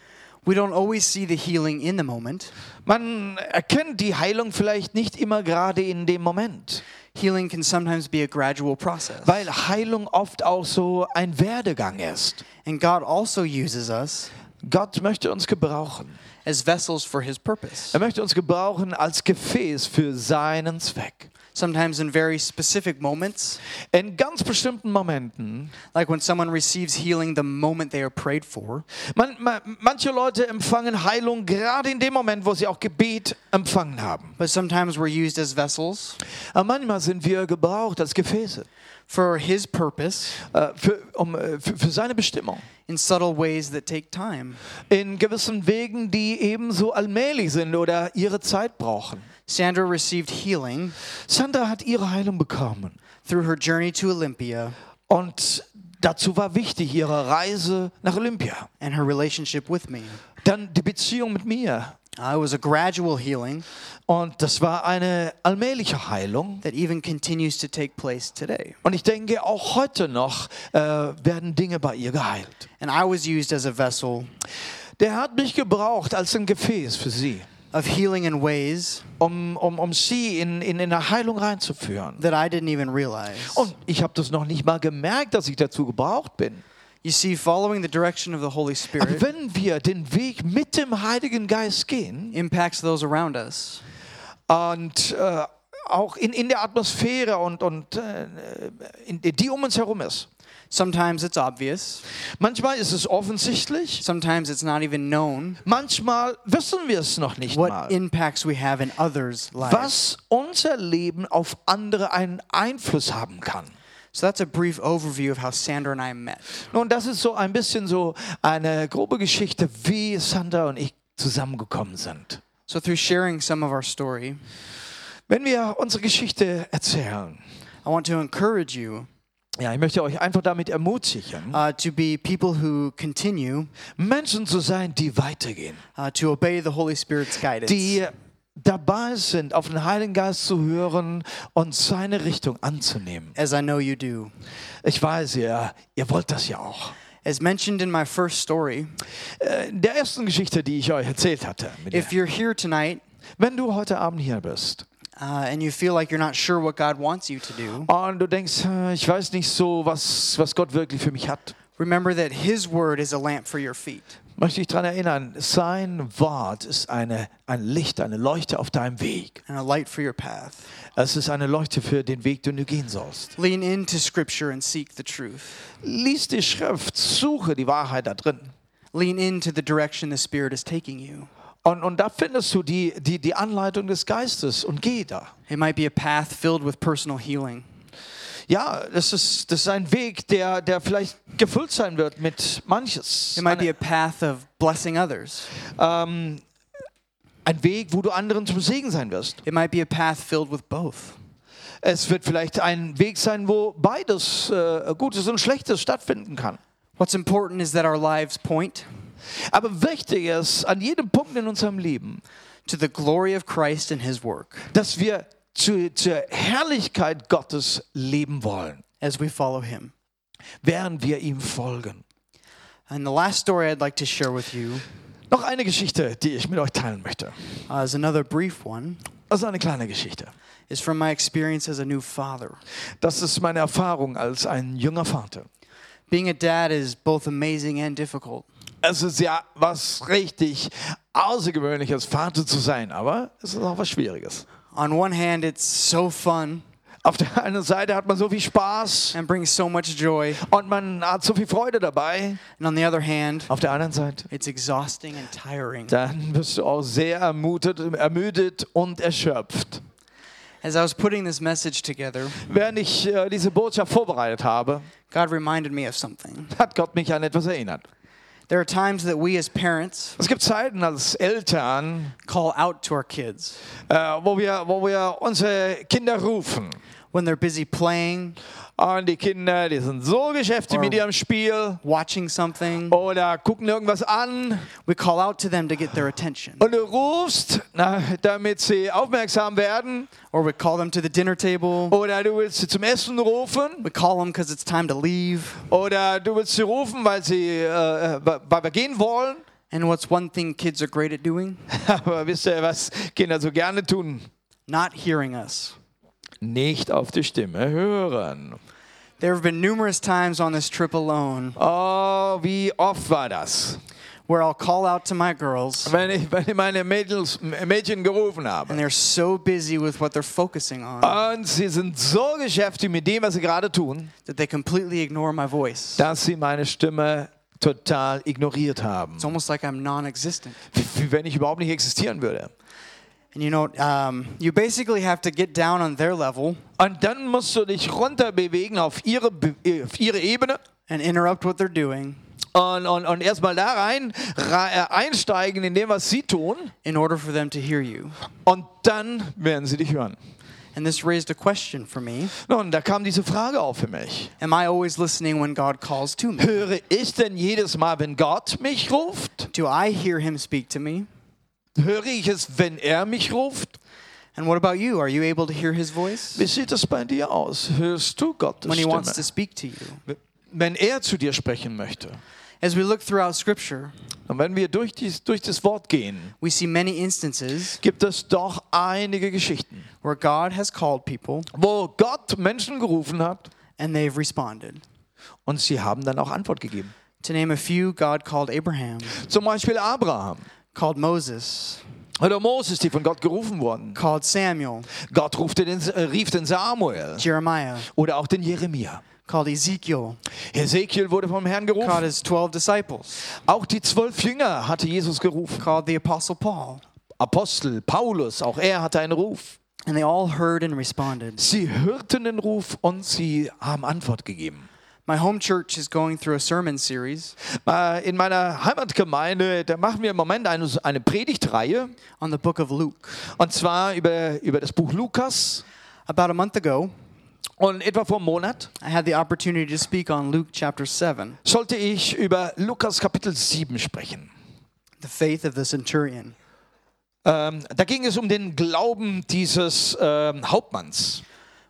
Speaker 1: We don't always see the healing in the moment.
Speaker 2: Man erkennt die Heilung vielleicht nicht immer gerade in dem Moment,
Speaker 1: Healing can sometimes be a gradual process.
Speaker 2: weil Heilung oft auch so ein Werdegang ist.
Speaker 1: And God also uses us
Speaker 2: Gott möchte uns gebrauchen.
Speaker 1: as vessels for his purpose,
Speaker 2: Er möchte uns gebrauchen als Gefäß für seinen Zweck.
Speaker 1: sometimes in very specific moments,
Speaker 2: In ganz bestimmten Momenten.
Speaker 1: like when someone receives healing the moment they are prayed for,
Speaker 2: Man, ma- manche Leute empfangen Heilung gerade in dem Moment, wo sie auch Gebet empfangen haben.
Speaker 1: but sometimes we're used as vessels
Speaker 2: Aber manchmal sind wir gebraucht als Gefäße
Speaker 1: for his purpose
Speaker 2: äh, für, um, äh, für, für seine Bestimmung.
Speaker 1: in subtle ways that take time.
Speaker 2: in gewissen Wegen, die ebenso allmählich sind oder ihre Zeit brauchen.
Speaker 1: Sandra received healing
Speaker 2: Sandra hat ihre Heilung bekommen
Speaker 1: through her journey to Olympia
Speaker 2: und dazu war wichtig ihre Reise nach Olympia.
Speaker 1: and her relationship with me.
Speaker 2: Dann die Beziehung mit mir
Speaker 1: Uh, it was a gradual healing
Speaker 2: und das war eine allmähliche Heilung.
Speaker 1: that even continues to take place today.
Speaker 2: Und ich denke, auch heute noch äh, werden Dinge bei ihr geheilt.
Speaker 1: And I was used as a vessel
Speaker 2: Der Herr hat mich gebraucht als ein Gefäß für sie,
Speaker 1: of healing in ways
Speaker 2: um, um, um sie in, in, in eine Heilung reinzuführen.
Speaker 1: that I didn't even realize.
Speaker 2: Und ich habe das noch nicht mal gemerkt, dass ich dazu gebraucht bin.
Speaker 1: You see, following the direction of the Holy
Speaker 2: Aber
Speaker 1: Spirit
Speaker 2: Also wenn wir den Weg mit dem Heiligen Geist gehen
Speaker 1: impacts those around us.
Speaker 2: und äh, auch in, in der Atmosphäre und, und äh, in, die um uns herum ist.
Speaker 1: Sometimes it's obvious,
Speaker 2: Manchmal ist es offensichtlich,
Speaker 1: sometimes it's not even known
Speaker 2: manchmal wissen wir es noch nicht mal.
Speaker 1: what impacts we have in others' lives.
Speaker 2: was unser Leben auf andere einen Einfluss haben kann.
Speaker 1: So that's a brief overview of how Sandra and I met.
Speaker 2: Nun, das ist so ein bisschen so eine grobe Geschichte, wie Sandra und ich zusammengekommen sind.
Speaker 1: So through sharing some of our story,
Speaker 2: Wenn wir unsere Geschichte erzählen,
Speaker 1: I want to encourage you
Speaker 2: ja, ich möchte euch einfach damit ermutigen,
Speaker 1: uh, to be people who continue
Speaker 2: Menschen zu sein, die weitergehen,
Speaker 1: uh, to obey the Holy Spirit's guidance.
Speaker 2: die dabei sind, auf den Heiligen Geist zu hören und seine Richtung anzunehmen.
Speaker 1: as I know you do.
Speaker 2: Ich weiß ja, ihr wollt das ja auch.
Speaker 1: As mentioned in my first story,
Speaker 2: Äh, In der ersten Geschichte, die ich euch erzählt hatte, mit der,
Speaker 1: if you're here tonight
Speaker 2: wenn du heute Abend hier bist
Speaker 1: uh, and you feel like you're not sure what God wants you to do,
Speaker 2: Und du denkst, "Äh, ich weiß nicht so, was, was Gott wirklich für mich hat.
Speaker 1: remember that His word is a lamp for your feet.
Speaker 2: Möchte ich daran erinnern, sein Wort ist eine, ein Licht, eine Leuchte auf deinem Weg.
Speaker 1: and a light for your path.
Speaker 2: Es ist eine Leuchte für den Weg, den du gehen sollst.
Speaker 1: Lean into Scripture and seek the truth.
Speaker 2: Lies die Schrift, suche die Wahrheit da drin.
Speaker 1: Lean into the direction the Spirit is taking you.
Speaker 2: Und, und da findest du die, die, die Anleitung des Geistes und geh da.
Speaker 1: It might be a path filled with personal healing,
Speaker 2: Ja, das ist, das ist ein Weg, der, der vielleicht gefüllt sein wird mit manches.
Speaker 1: it might be a path of blessing others,
Speaker 2: ähm, ein Weg, wo du anderen zum Segen sein wirst.
Speaker 1: it might be a path filled with both.
Speaker 2: Es wird vielleicht ein Weg sein, wo beides, äh, Gutes und Schlechtes, stattfinden kann.
Speaker 1: What's important is that our lives point
Speaker 2: Aber wichtig ist, an jedem Punkt in unserem Leben,
Speaker 1: to the glory of Christ and His work
Speaker 2: dass wir zu, zur Herrlichkeit Gottes leben wollen,
Speaker 1: as we follow Him.
Speaker 2: während wir ihm folgen.
Speaker 1: And the last story I'd like to share with you
Speaker 2: Noch eine Geschichte, die ich mit euch teilen möchte.
Speaker 1: uh, is another brief one.
Speaker 2: Das ist eine kleine Geschichte.
Speaker 1: Is from my experience as a new father.
Speaker 2: Das ist meine Erfahrung als ein junger Vater.
Speaker 1: Being a dad is both amazing and difficult.
Speaker 2: Es ist ja was richtig Außergewöhnliches, Vater zu sein, aber es ist auch was Schwieriges.
Speaker 1: On one hand, it's so fun
Speaker 2: Auf der einen Seite hat man so viel Spaß,
Speaker 1: and brings so much joy.
Speaker 2: Und man hat so viel Freude dabei.
Speaker 1: And on the other hand,
Speaker 2: Auf der anderen Seite.
Speaker 1: it's exhausting and tiring.
Speaker 2: Dann bist du auch sehr ermutet, ermüdet und erschöpft.
Speaker 1: As I was putting this message together,
Speaker 2: Während ich äh, diese Botschaft vorbereitet habe,
Speaker 1: God reminded me of something.
Speaker 2: hat Gott mich an etwas erinnert.
Speaker 1: There are times that we as parents
Speaker 2: Es gibt Zeiten als Eltern,
Speaker 1: call out to our kids
Speaker 2: äh, wo, wir, wo wir unsere Kinder rufen.
Speaker 1: when they're busy playing,
Speaker 2: Und die Kinder, die sind so beschäftigt mit ihrem Spiel
Speaker 1: watching something.
Speaker 2: oder gucken irgendwas an.
Speaker 1: We call out to them to get their attention,
Speaker 2: Und du rufst, na, damit sie aufmerksam werden.
Speaker 1: or we call them to the dinner table.
Speaker 2: Oder du willst sie zum Essen rufen.
Speaker 1: We call them because it's time to leave.
Speaker 2: Oder du willst sie rufen, weil sie, äh, äh, weil wir gehen wollen.
Speaker 1: And what's one thing kids are great at doing?
Speaker 2: Aber wisst ihr, was Kinder so gerne tun?
Speaker 1: Not hearing us.
Speaker 2: Nicht auf die Stimme hören.
Speaker 1: There have been numerous times on this trip alone
Speaker 2: Oh, wie oft war das?
Speaker 1: where I'll call out to my girls
Speaker 2: Wenn ich, wenn ich meine Mädels, Mädchen gerufen
Speaker 1: and
Speaker 2: habe.
Speaker 1: they're so busy with what they're focusing on
Speaker 2: Und sie sind so geschäftig mit dem, was sie gerade tun,
Speaker 1: that they completely ignore my voice.
Speaker 2: dass sie meine Stimme total ignoriert haben.
Speaker 1: It's almost like I'm non existent.
Speaker 2: Wie, wie wenn ich überhaupt nicht existieren würde.
Speaker 1: And you know, um, you basically have to get down on their level
Speaker 2: Und dann musst du dich runterbewegen auf ihre, Be- äh, auf ihre Ebene.
Speaker 1: and interrupt what they're doing
Speaker 2: und, und, und erstmal da rein rei- äh, einsteigen in dem, was sie tun,
Speaker 1: in order for them to hear you.
Speaker 2: und dann werden sie dich hören.
Speaker 1: And this raised a question for me
Speaker 2: Nun, da kam diese Frage auf für mich.
Speaker 1: Am I always listening when God calls to me?
Speaker 2: Höre ich denn jedes Mal, wenn Gott mich ruft?
Speaker 1: Do I hear him speak to me?
Speaker 2: Höre ich es, wenn er mich ruft?
Speaker 1: And what about you? Are you able to hear his voice
Speaker 2: Wie sieht es bei dir aus? Hörst du Gottes
Speaker 1: when he wants to
Speaker 2: Stimme?
Speaker 1: speak to you?
Speaker 2: Wenn er zu dir sprechen möchte.
Speaker 1: As we look throughout scripture,
Speaker 2: Und wenn wir durch, dies, durch das Wort gehen,
Speaker 1: we see many instances
Speaker 2: gibt es doch einige Geschichten,
Speaker 1: where God has called people
Speaker 2: wo Gott Menschen gerufen hat
Speaker 1: and they've responded.
Speaker 2: und sie haben dann auch Antwort gegeben.
Speaker 1: To name a few, God called Abraham,
Speaker 2: Zum Beispiel Abraham.
Speaker 1: called Moses,
Speaker 2: oder Moses, die von Gott gerufen wurden.
Speaker 1: called Samuel,
Speaker 2: Gott rufte den, äh, rief den Samuel
Speaker 1: Jeremiah,
Speaker 2: oder auch den Jeremia.
Speaker 1: called Ezekiel,
Speaker 2: Ezekiel wurde vom Herrn
Speaker 1: called
Speaker 2: gerufen.
Speaker 1: his 12 disciples,
Speaker 2: Auch die zwölf Jünger hatte Jesus gerufen.
Speaker 1: called the Apostle Paul.
Speaker 2: Apostel Paulus, auch er hatte einen Ruf.
Speaker 1: And they all heard and responded.
Speaker 2: Sie hörten den Ruf und sie haben Antwort gegeben.
Speaker 1: My home church is going through a sermon series
Speaker 2: Äh, In meiner Heimatgemeinde, da machen wir im Moment eine, eine Predigtreihe,
Speaker 1: on the book of Luke.
Speaker 2: und zwar über, über das Buch Lukas.
Speaker 1: About a month ago,
Speaker 2: Und etwa vor einem Monat
Speaker 1: I had the opportunity to speak on Luke chapter 7,
Speaker 2: sollte ich über Lukas Kapitel 7 sprechen.
Speaker 1: the faith of the centurion.
Speaker 2: Ähm, da ging es um den Glauben dieses ähm, Hauptmanns.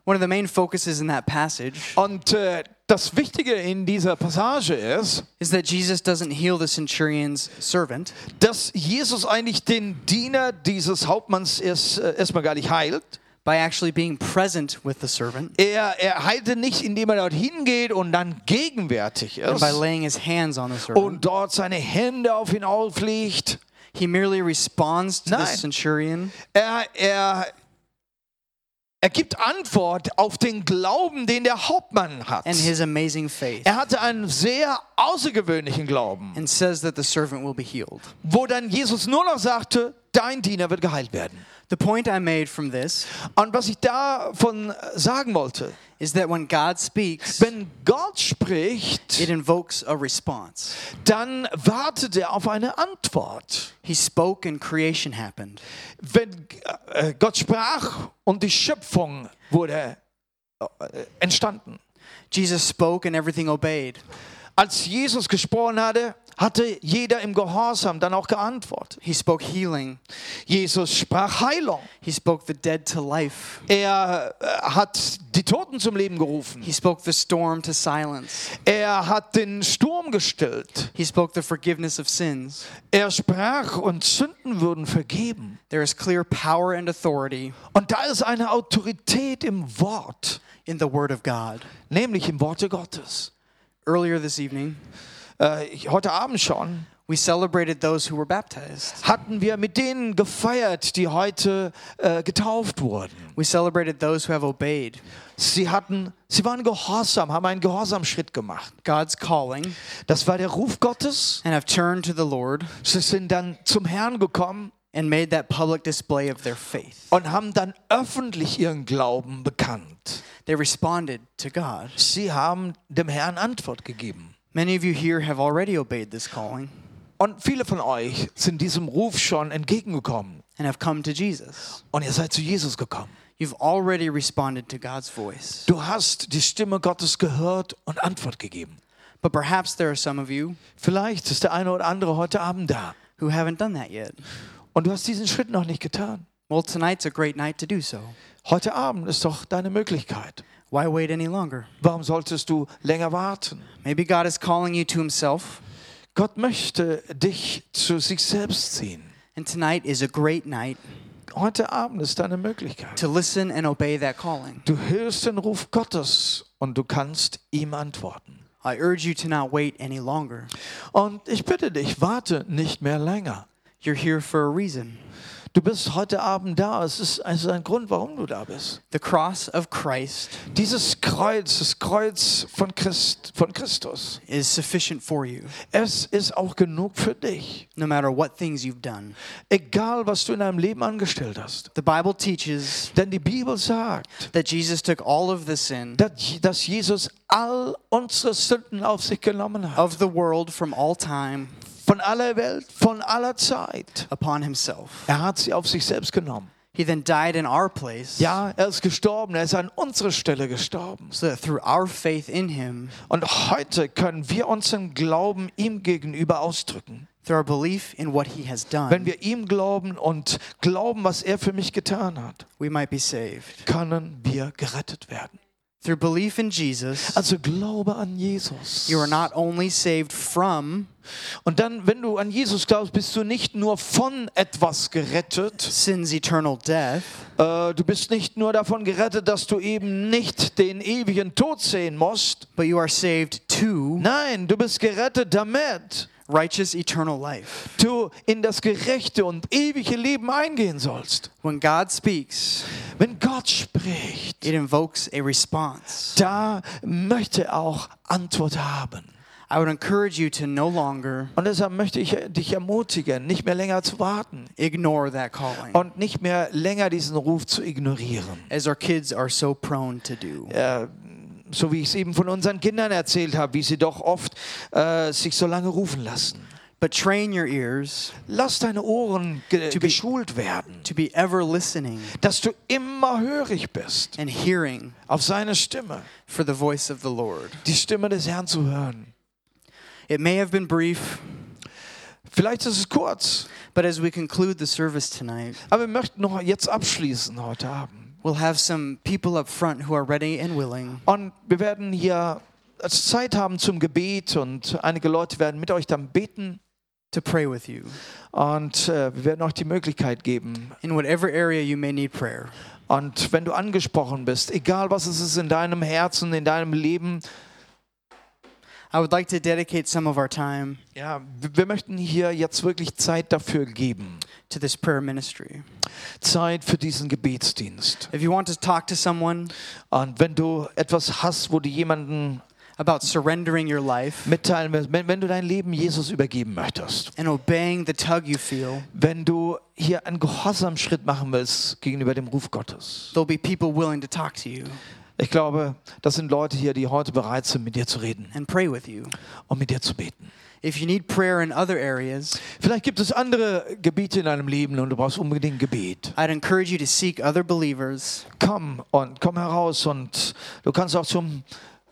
Speaker 1: One of the main focuses in that passage
Speaker 2: Und äh, das Wichtige in dieser Passage ist,
Speaker 1: is that Jesus doesn't heal the centurion's servant,
Speaker 2: dass Jesus eigentlich den Diener dieses Hauptmanns erst, äh, erstmal gar nicht heilt.
Speaker 1: by actually being present with the servant
Speaker 2: Er, er heilte nicht, indem er dort hingeht und dann gegenwärtig
Speaker 1: and by
Speaker 2: ist
Speaker 1: laying his hands on the servant.
Speaker 2: und dort seine Hände auf ihn auflegt.
Speaker 1: He merely responds to the
Speaker 2: Nein.
Speaker 1: centurion
Speaker 2: Er, er, er gibt Antwort auf den Glauben, den der Hauptmann hat.
Speaker 1: and his amazing faith
Speaker 2: Er hatte einen sehr außergewöhnlichen Glauben,
Speaker 1: and says that the servant will be healed.
Speaker 2: wo dann Jesus nur noch sagte, dein Diener wird geheilt werden.
Speaker 1: The point I made from this
Speaker 2: Und was ich davon sagen wollte,
Speaker 1: is that when God speaks,
Speaker 2: wenn Gott spricht,
Speaker 1: it invokes a response.
Speaker 2: dann wartet er auf eine Antwort.
Speaker 1: He spoke and creation happened.
Speaker 2: Wenn äh, Gott sprach und die Schöpfung wurde äh, entstanden.
Speaker 1: Jesus spoke and everything obeyed.
Speaker 2: Als Jesus gesprochen hatte, hatte jeder im Gehorsam dann auch geantwortet.
Speaker 1: He spoke healing.
Speaker 2: Jesus sprach Heilung.
Speaker 1: He spoke the dead to life.
Speaker 2: Er äh, hat die Toten zum Leben gerufen.
Speaker 1: He spoke the storm to silence.
Speaker 2: Er hat den Sturm gestillt.
Speaker 1: He spoke the forgiveness of sins.
Speaker 2: Er sprach und Sünden würden vergeben.
Speaker 1: There is clear power and authority
Speaker 2: Und da ist eine Autorität im Wort,
Speaker 1: in the Word of God.
Speaker 2: nämlich im Worte Gottes.
Speaker 1: Earlier this evening,
Speaker 2: Äh, ich- heute Abend schon
Speaker 1: we celebrated those who were baptized.
Speaker 2: hatten wir mit denen gefeiert, die heute äh, getauft wurden.
Speaker 1: We celebrated those who have obeyed
Speaker 2: Sie hatten, sie waren gehorsam, haben einen Gehorsamschritt gemacht.
Speaker 1: God's calling
Speaker 2: Das war der Ruf Gottes.
Speaker 1: and have turned to the Lord
Speaker 2: Sie sind dann zum Herrn gekommen
Speaker 1: and made that public display of their faith.
Speaker 2: und haben dann öffentlich ihren Glauben bekannt.
Speaker 1: They responded to God.
Speaker 2: Sie haben dem Herrn Antwort gegeben.
Speaker 1: Many of you here have already obeyed this calling
Speaker 2: Und viele von euch sind diesem Ruf schon entgegengekommen.
Speaker 1: and have come to Jesus.
Speaker 2: Und ihr seid zu Jesus gekommen.
Speaker 1: You've already responded to God's voice.
Speaker 2: Du hast die Stimme Gottes gehört und Antwort gegeben.
Speaker 1: But perhaps there are some of you
Speaker 2: Vielleicht ist der eine oder andere heute Abend da
Speaker 1: who haven't done that yet.
Speaker 2: und du hast diesen Schritt noch nicht getan.
Speaker 1: Well, tonight's a great night to do so.
Speaker 2: Heute Abend ist doch deine Möglichkeit.
Speaker 1: Why wait any longer?
Speaker 2: Warum solltest du länger warten?
Speaker 1: Maybe God is calling you to Himself,
Speaker 2: Gott möchte dich zu sich selbst ziehen.
Speaker 1: and tonight is a great night
Speaker 2: Heute Abend ist deine Möglichkeit.
Speaker 1: to listen and obey that calling.
Speaker 2: Du hörst den Ruf Gottes und du kannst ihm antworten.
Speaker 1: I urge you to not wait any longer.
Speaker 2: Und ich bitte dich, warte nicht mehr länger.
Speaker 1: You're here for a reason.
Speaker 2: Du bist heute Abend da. Es ist, es ist ein Grund, warum du da bist.
Speaker 1: The cross of Christ
Speaker 2: Dieses Kreuz, das Kreuz von, Christ, von Christus,
Speaker 1: is sufficient for you,
Speaker 2: es ist auch genug für dich.
Speaker 1: no matter what things you've done.
Speaker 2: Egal, was du in deinem Leben angestellt hast.
Speaker 1: The Bible teaches
Speaker 2: Denn die Bibel sagt,
Speaker 1: that Jesus took all of the sin
Speaker 2: dass dass Jesus all unsere Sünden auf sich genommen hat.
Speaker 1: of the world from all time
Speaker 2: Von aller Welt, von aller Zeit.
Speaker 1: upon himself.
Speaker 2: Er hat sie auf sich selbst genommen.
Speaker 1: He then died in our place
Speaker 2: Ja, er ist gestorben, er ist an unserer Stelle gestorben.
Speaker 1: so that through our faith in him,
Speaker 2: Und heute können wir unseren Glauben ihm gegenüber ausdrücken.
Speaker 1: through our belief in what he has
Speaker 2: Wenn
Speaker 1: done,
Speaker 2: wir ihm glauben und glauben, was er für mich getan hat,
Speaker 1: we might be saved.
Speaker 2: können wir gerettet werden.
Speaker 1: Through belief in Jesus,
Speaker 2: Also glaube an Jesus.
Speaker 1: you are not only saved from
Speaker 2: Und dann, wenn du an Jesus glaubst, bist du nicht nur von etwas gerettet.
Speaker 1: sin's eternal death,
Speaker 2: Äh, du bist nicht nur davon gerettet, dass du eben nicht den ewigen Tod sehen musst.
Speaker 1: but you are saved to
Speaker 2: Nein, du bist gerettet damit,
Speaker 1: righteous eternal life.
Speaker 2: du in das gerechte und ewige Leben eingehen sollst.
Speaker 1: When God speaks,
Speaker 2: Wenn Gott spricht,
Speaker 1: it invokes a response.
Speaker 2: da möchte er auch Antwort haben.
Speaker 1: I would encourage you to no longer
Speaker 2: Und deshalb möchte ich dich ermutigen, nicht mehr länger zu warten
Speaker 1: ignore that calling,
Speaker 2: und nicht mehr länger diesen Ruf zu ignorieren.
Speaker 1: as our kids are so prone to do.
Speaker 2: So wie ich es eben von unseren Kindern erzählt habe, wie sie doch oft äh, sich so lange rufen lassen.
Speaker 1: But train your ears
Speaker 2: Lass deine Ohren ge
Speaker 1: To be-
Speaker 2: geschult werden,
Speaker 1: to be ever listening
Speaker 2: dass du immer hörig bist
Speaker 1: and hearing
Speaker 2: auf seine Stimme,
Speaker 1: for the voice of the Lord.
Speaker 2: die Stimme des Herrn zu hören.
Speaker 1: It may have been brief,
Speaker 2: Vielleicht ist es kurz,
Speaker 1: but as we conclude the service tonight,
Speaker 2: aber wir möchten noch jetzt abschließen heute Abend.
Speaker 1: we'll have some people up front who are ready and willing
Speaker 2: Und wir werden hier äh, Zeit haben zum Gebet und einige Leute werden mit euch dann beten
Speaker 1: to pray with you
Speaker 2: und äh, wir werden euch die Möglichkeit geben.
Speaker 1: in whatever area you may need prayer.
Speaker 2: Und wenn du angesprochen bist, egal was es ist in deinem Herzen, in deinem Leben,
Speaker 1: I would like to dedicate some of our time
Speaker 2: ja, wir wir möchten hier jetzt wirklich Zeit dafür geben.
Speaker 1: to this prayer ministry.
Speaker 2: Zeit für diesen Gebetsdienst.
Speaker 1: If you want to talk to someone
Speaker 2: Und wenn du etwas hast, wo du jemanden
Speaker 1: about surrendering your life
Speaker 2: mitteilen willst, wenn, wenn du dein Leben Jesus übergeben möchtest,
Speaker 1: and obeying the tug you feel,
Speaker 2: wenn du hier einen Gehorsamschritt machen willst gegenüber dem Ruf Gottes.
Speaker 1: there'll be people willing to talk to you
Speaker 2: Ich glaube, das sind Leute hier, die heute bereit sind, mit dir zu reden
Speaker 1: and pray with you.
Speaker 2: und mit dir zu beten.
Speaker 1: If you need prayer in other areas,
Speaker 2: Vielleicht gibt es andere Gebiete in deinem Leben und du brauchst unbedingt Gebet.
Speaker 1: I'd encourage you to seek other believers
Speaker 2: Komm und komm heraus und du kannst auch zum,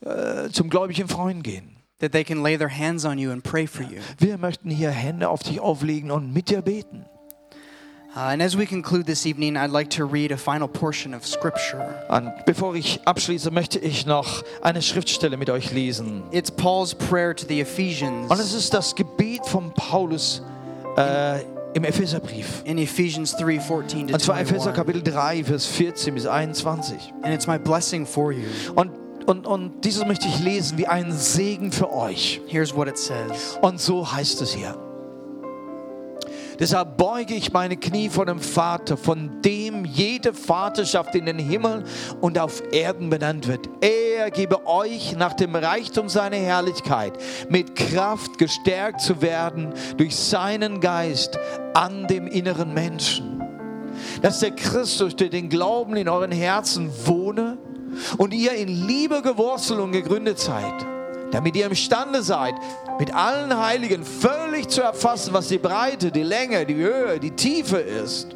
Speaker 2: äh, zum gläubigen Freund gehen.
Speaker 1: that they can lay their hands on you and pray for you.
Speaker 2: Wir möchten hier Hände auf dich auflegen und mit dir beten.
Speaker 1: Uh, and as we conclude this evening, I'd like to read a final portion of Scripture.
Speaker 2: Und bevor ich abschließe, möchte ich noch eine Schriftstelle mit euch lesen.
Speaker 1: It's Paul's prayer to the
Speaker 2: Und es
Speaker 1: Ephesians
Speaker 2: ist das Gebet von Paulus äh, im Epheserbrief.
Speaker 1: in Ephesians 3 14 to
Speaker 2: Und zwar Epheser
Speaker 1: 21.
Speaker 2: Kapitel 3, Vers 14 bis 21.
Speaker 1: And it's my blessing for you.
Speaker 2: Und, und, und dieses möchte ich lesen wie einen Segen für euch.
Speaker 1: Here's what it says
Speaker 2: Und so heißt es hier. Deshalb beuge ich meine Knie vor dem Vater, von dem jede Vaterschaft in den Himmel und auf Erden benannt wird. Er gebe euch nach dem Reichtum seiner Herrlichkeit mit Kraft gestärkt zu werden durch seinen Geist an dem inneren Menschen. Dass der Christus durch den Glauben in euren Herzen wohne und ihr in Liebe gewurzelt und gegründet seid, damit ihr imstande seid, mit allen Heiligen völlig zu erfassen, was die Breite, die Länge, die Höhe, die Tiefe ist.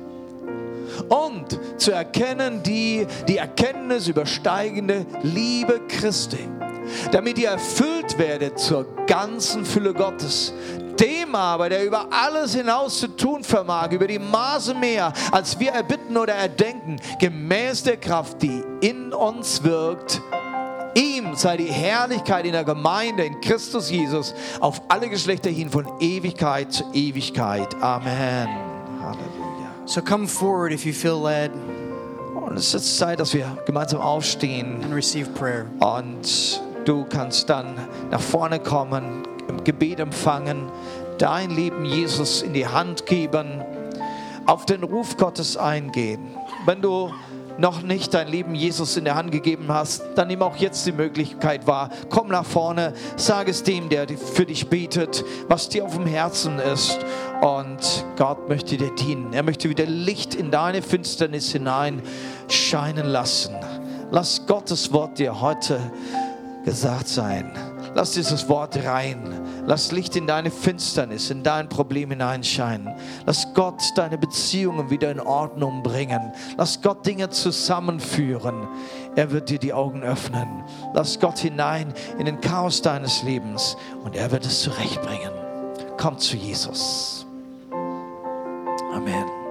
Speaker 2: Und zu erkennen die die Erkenntnis übersteigende Liebe Christi, damit ihr erfüllt werdet zur ganzen Fülle Gottes. Dem aber, der über alles hinaus zu tun vermag, über die Maße mehr, als wir erbitten oder erdenken, gemäß der Kraft, die in uns wirkt, Ihm sei die Herrlichkeit in der Gemeinde in Christus Jesus auf alle Geschlechter hin von Ewigkeit zu Ewigkeit. Amen. Halleluja.
Speaker 1: So come forward if you feel led
Speaker 2: Und es ist Zeit, dass wir gemeinsam aufstehen
Speaker 1: and receive prayer.
Speaker 2: und du kannst dann nach vorne kommen, im Gebet empfangen, dein Leben Jesus in die Hand geben, auf den Ruf Gottes eingehen. Wenn du noch nicht dein Leben Jesus in der Hand gegeben hast, dann nimm auch jetzt die Möglichkeit wahr. Komm nach vorne, sag es dem, der für dich betet, was dir auf dem Herzen ist. Und Gott möchte dir dienen. Er möchte wieder Licht in deine Finsternis hinein scheinen lassen. Lass Gottes Wort dir heute gesagt sein. Lass dieses Wort rein. Lass Licht in deine Finsternis, in dein Problem hineinscheinen. Lass Gott deine Beziehungen wieder in Ordnung bringen. Lass Gott Dinge zusammenführen. Er wird dir die Augen öffnen. Lass Gott hinein in den Chaos deines Lebens und er wird es zurechtbringen. Komm zu Jesus. Amen.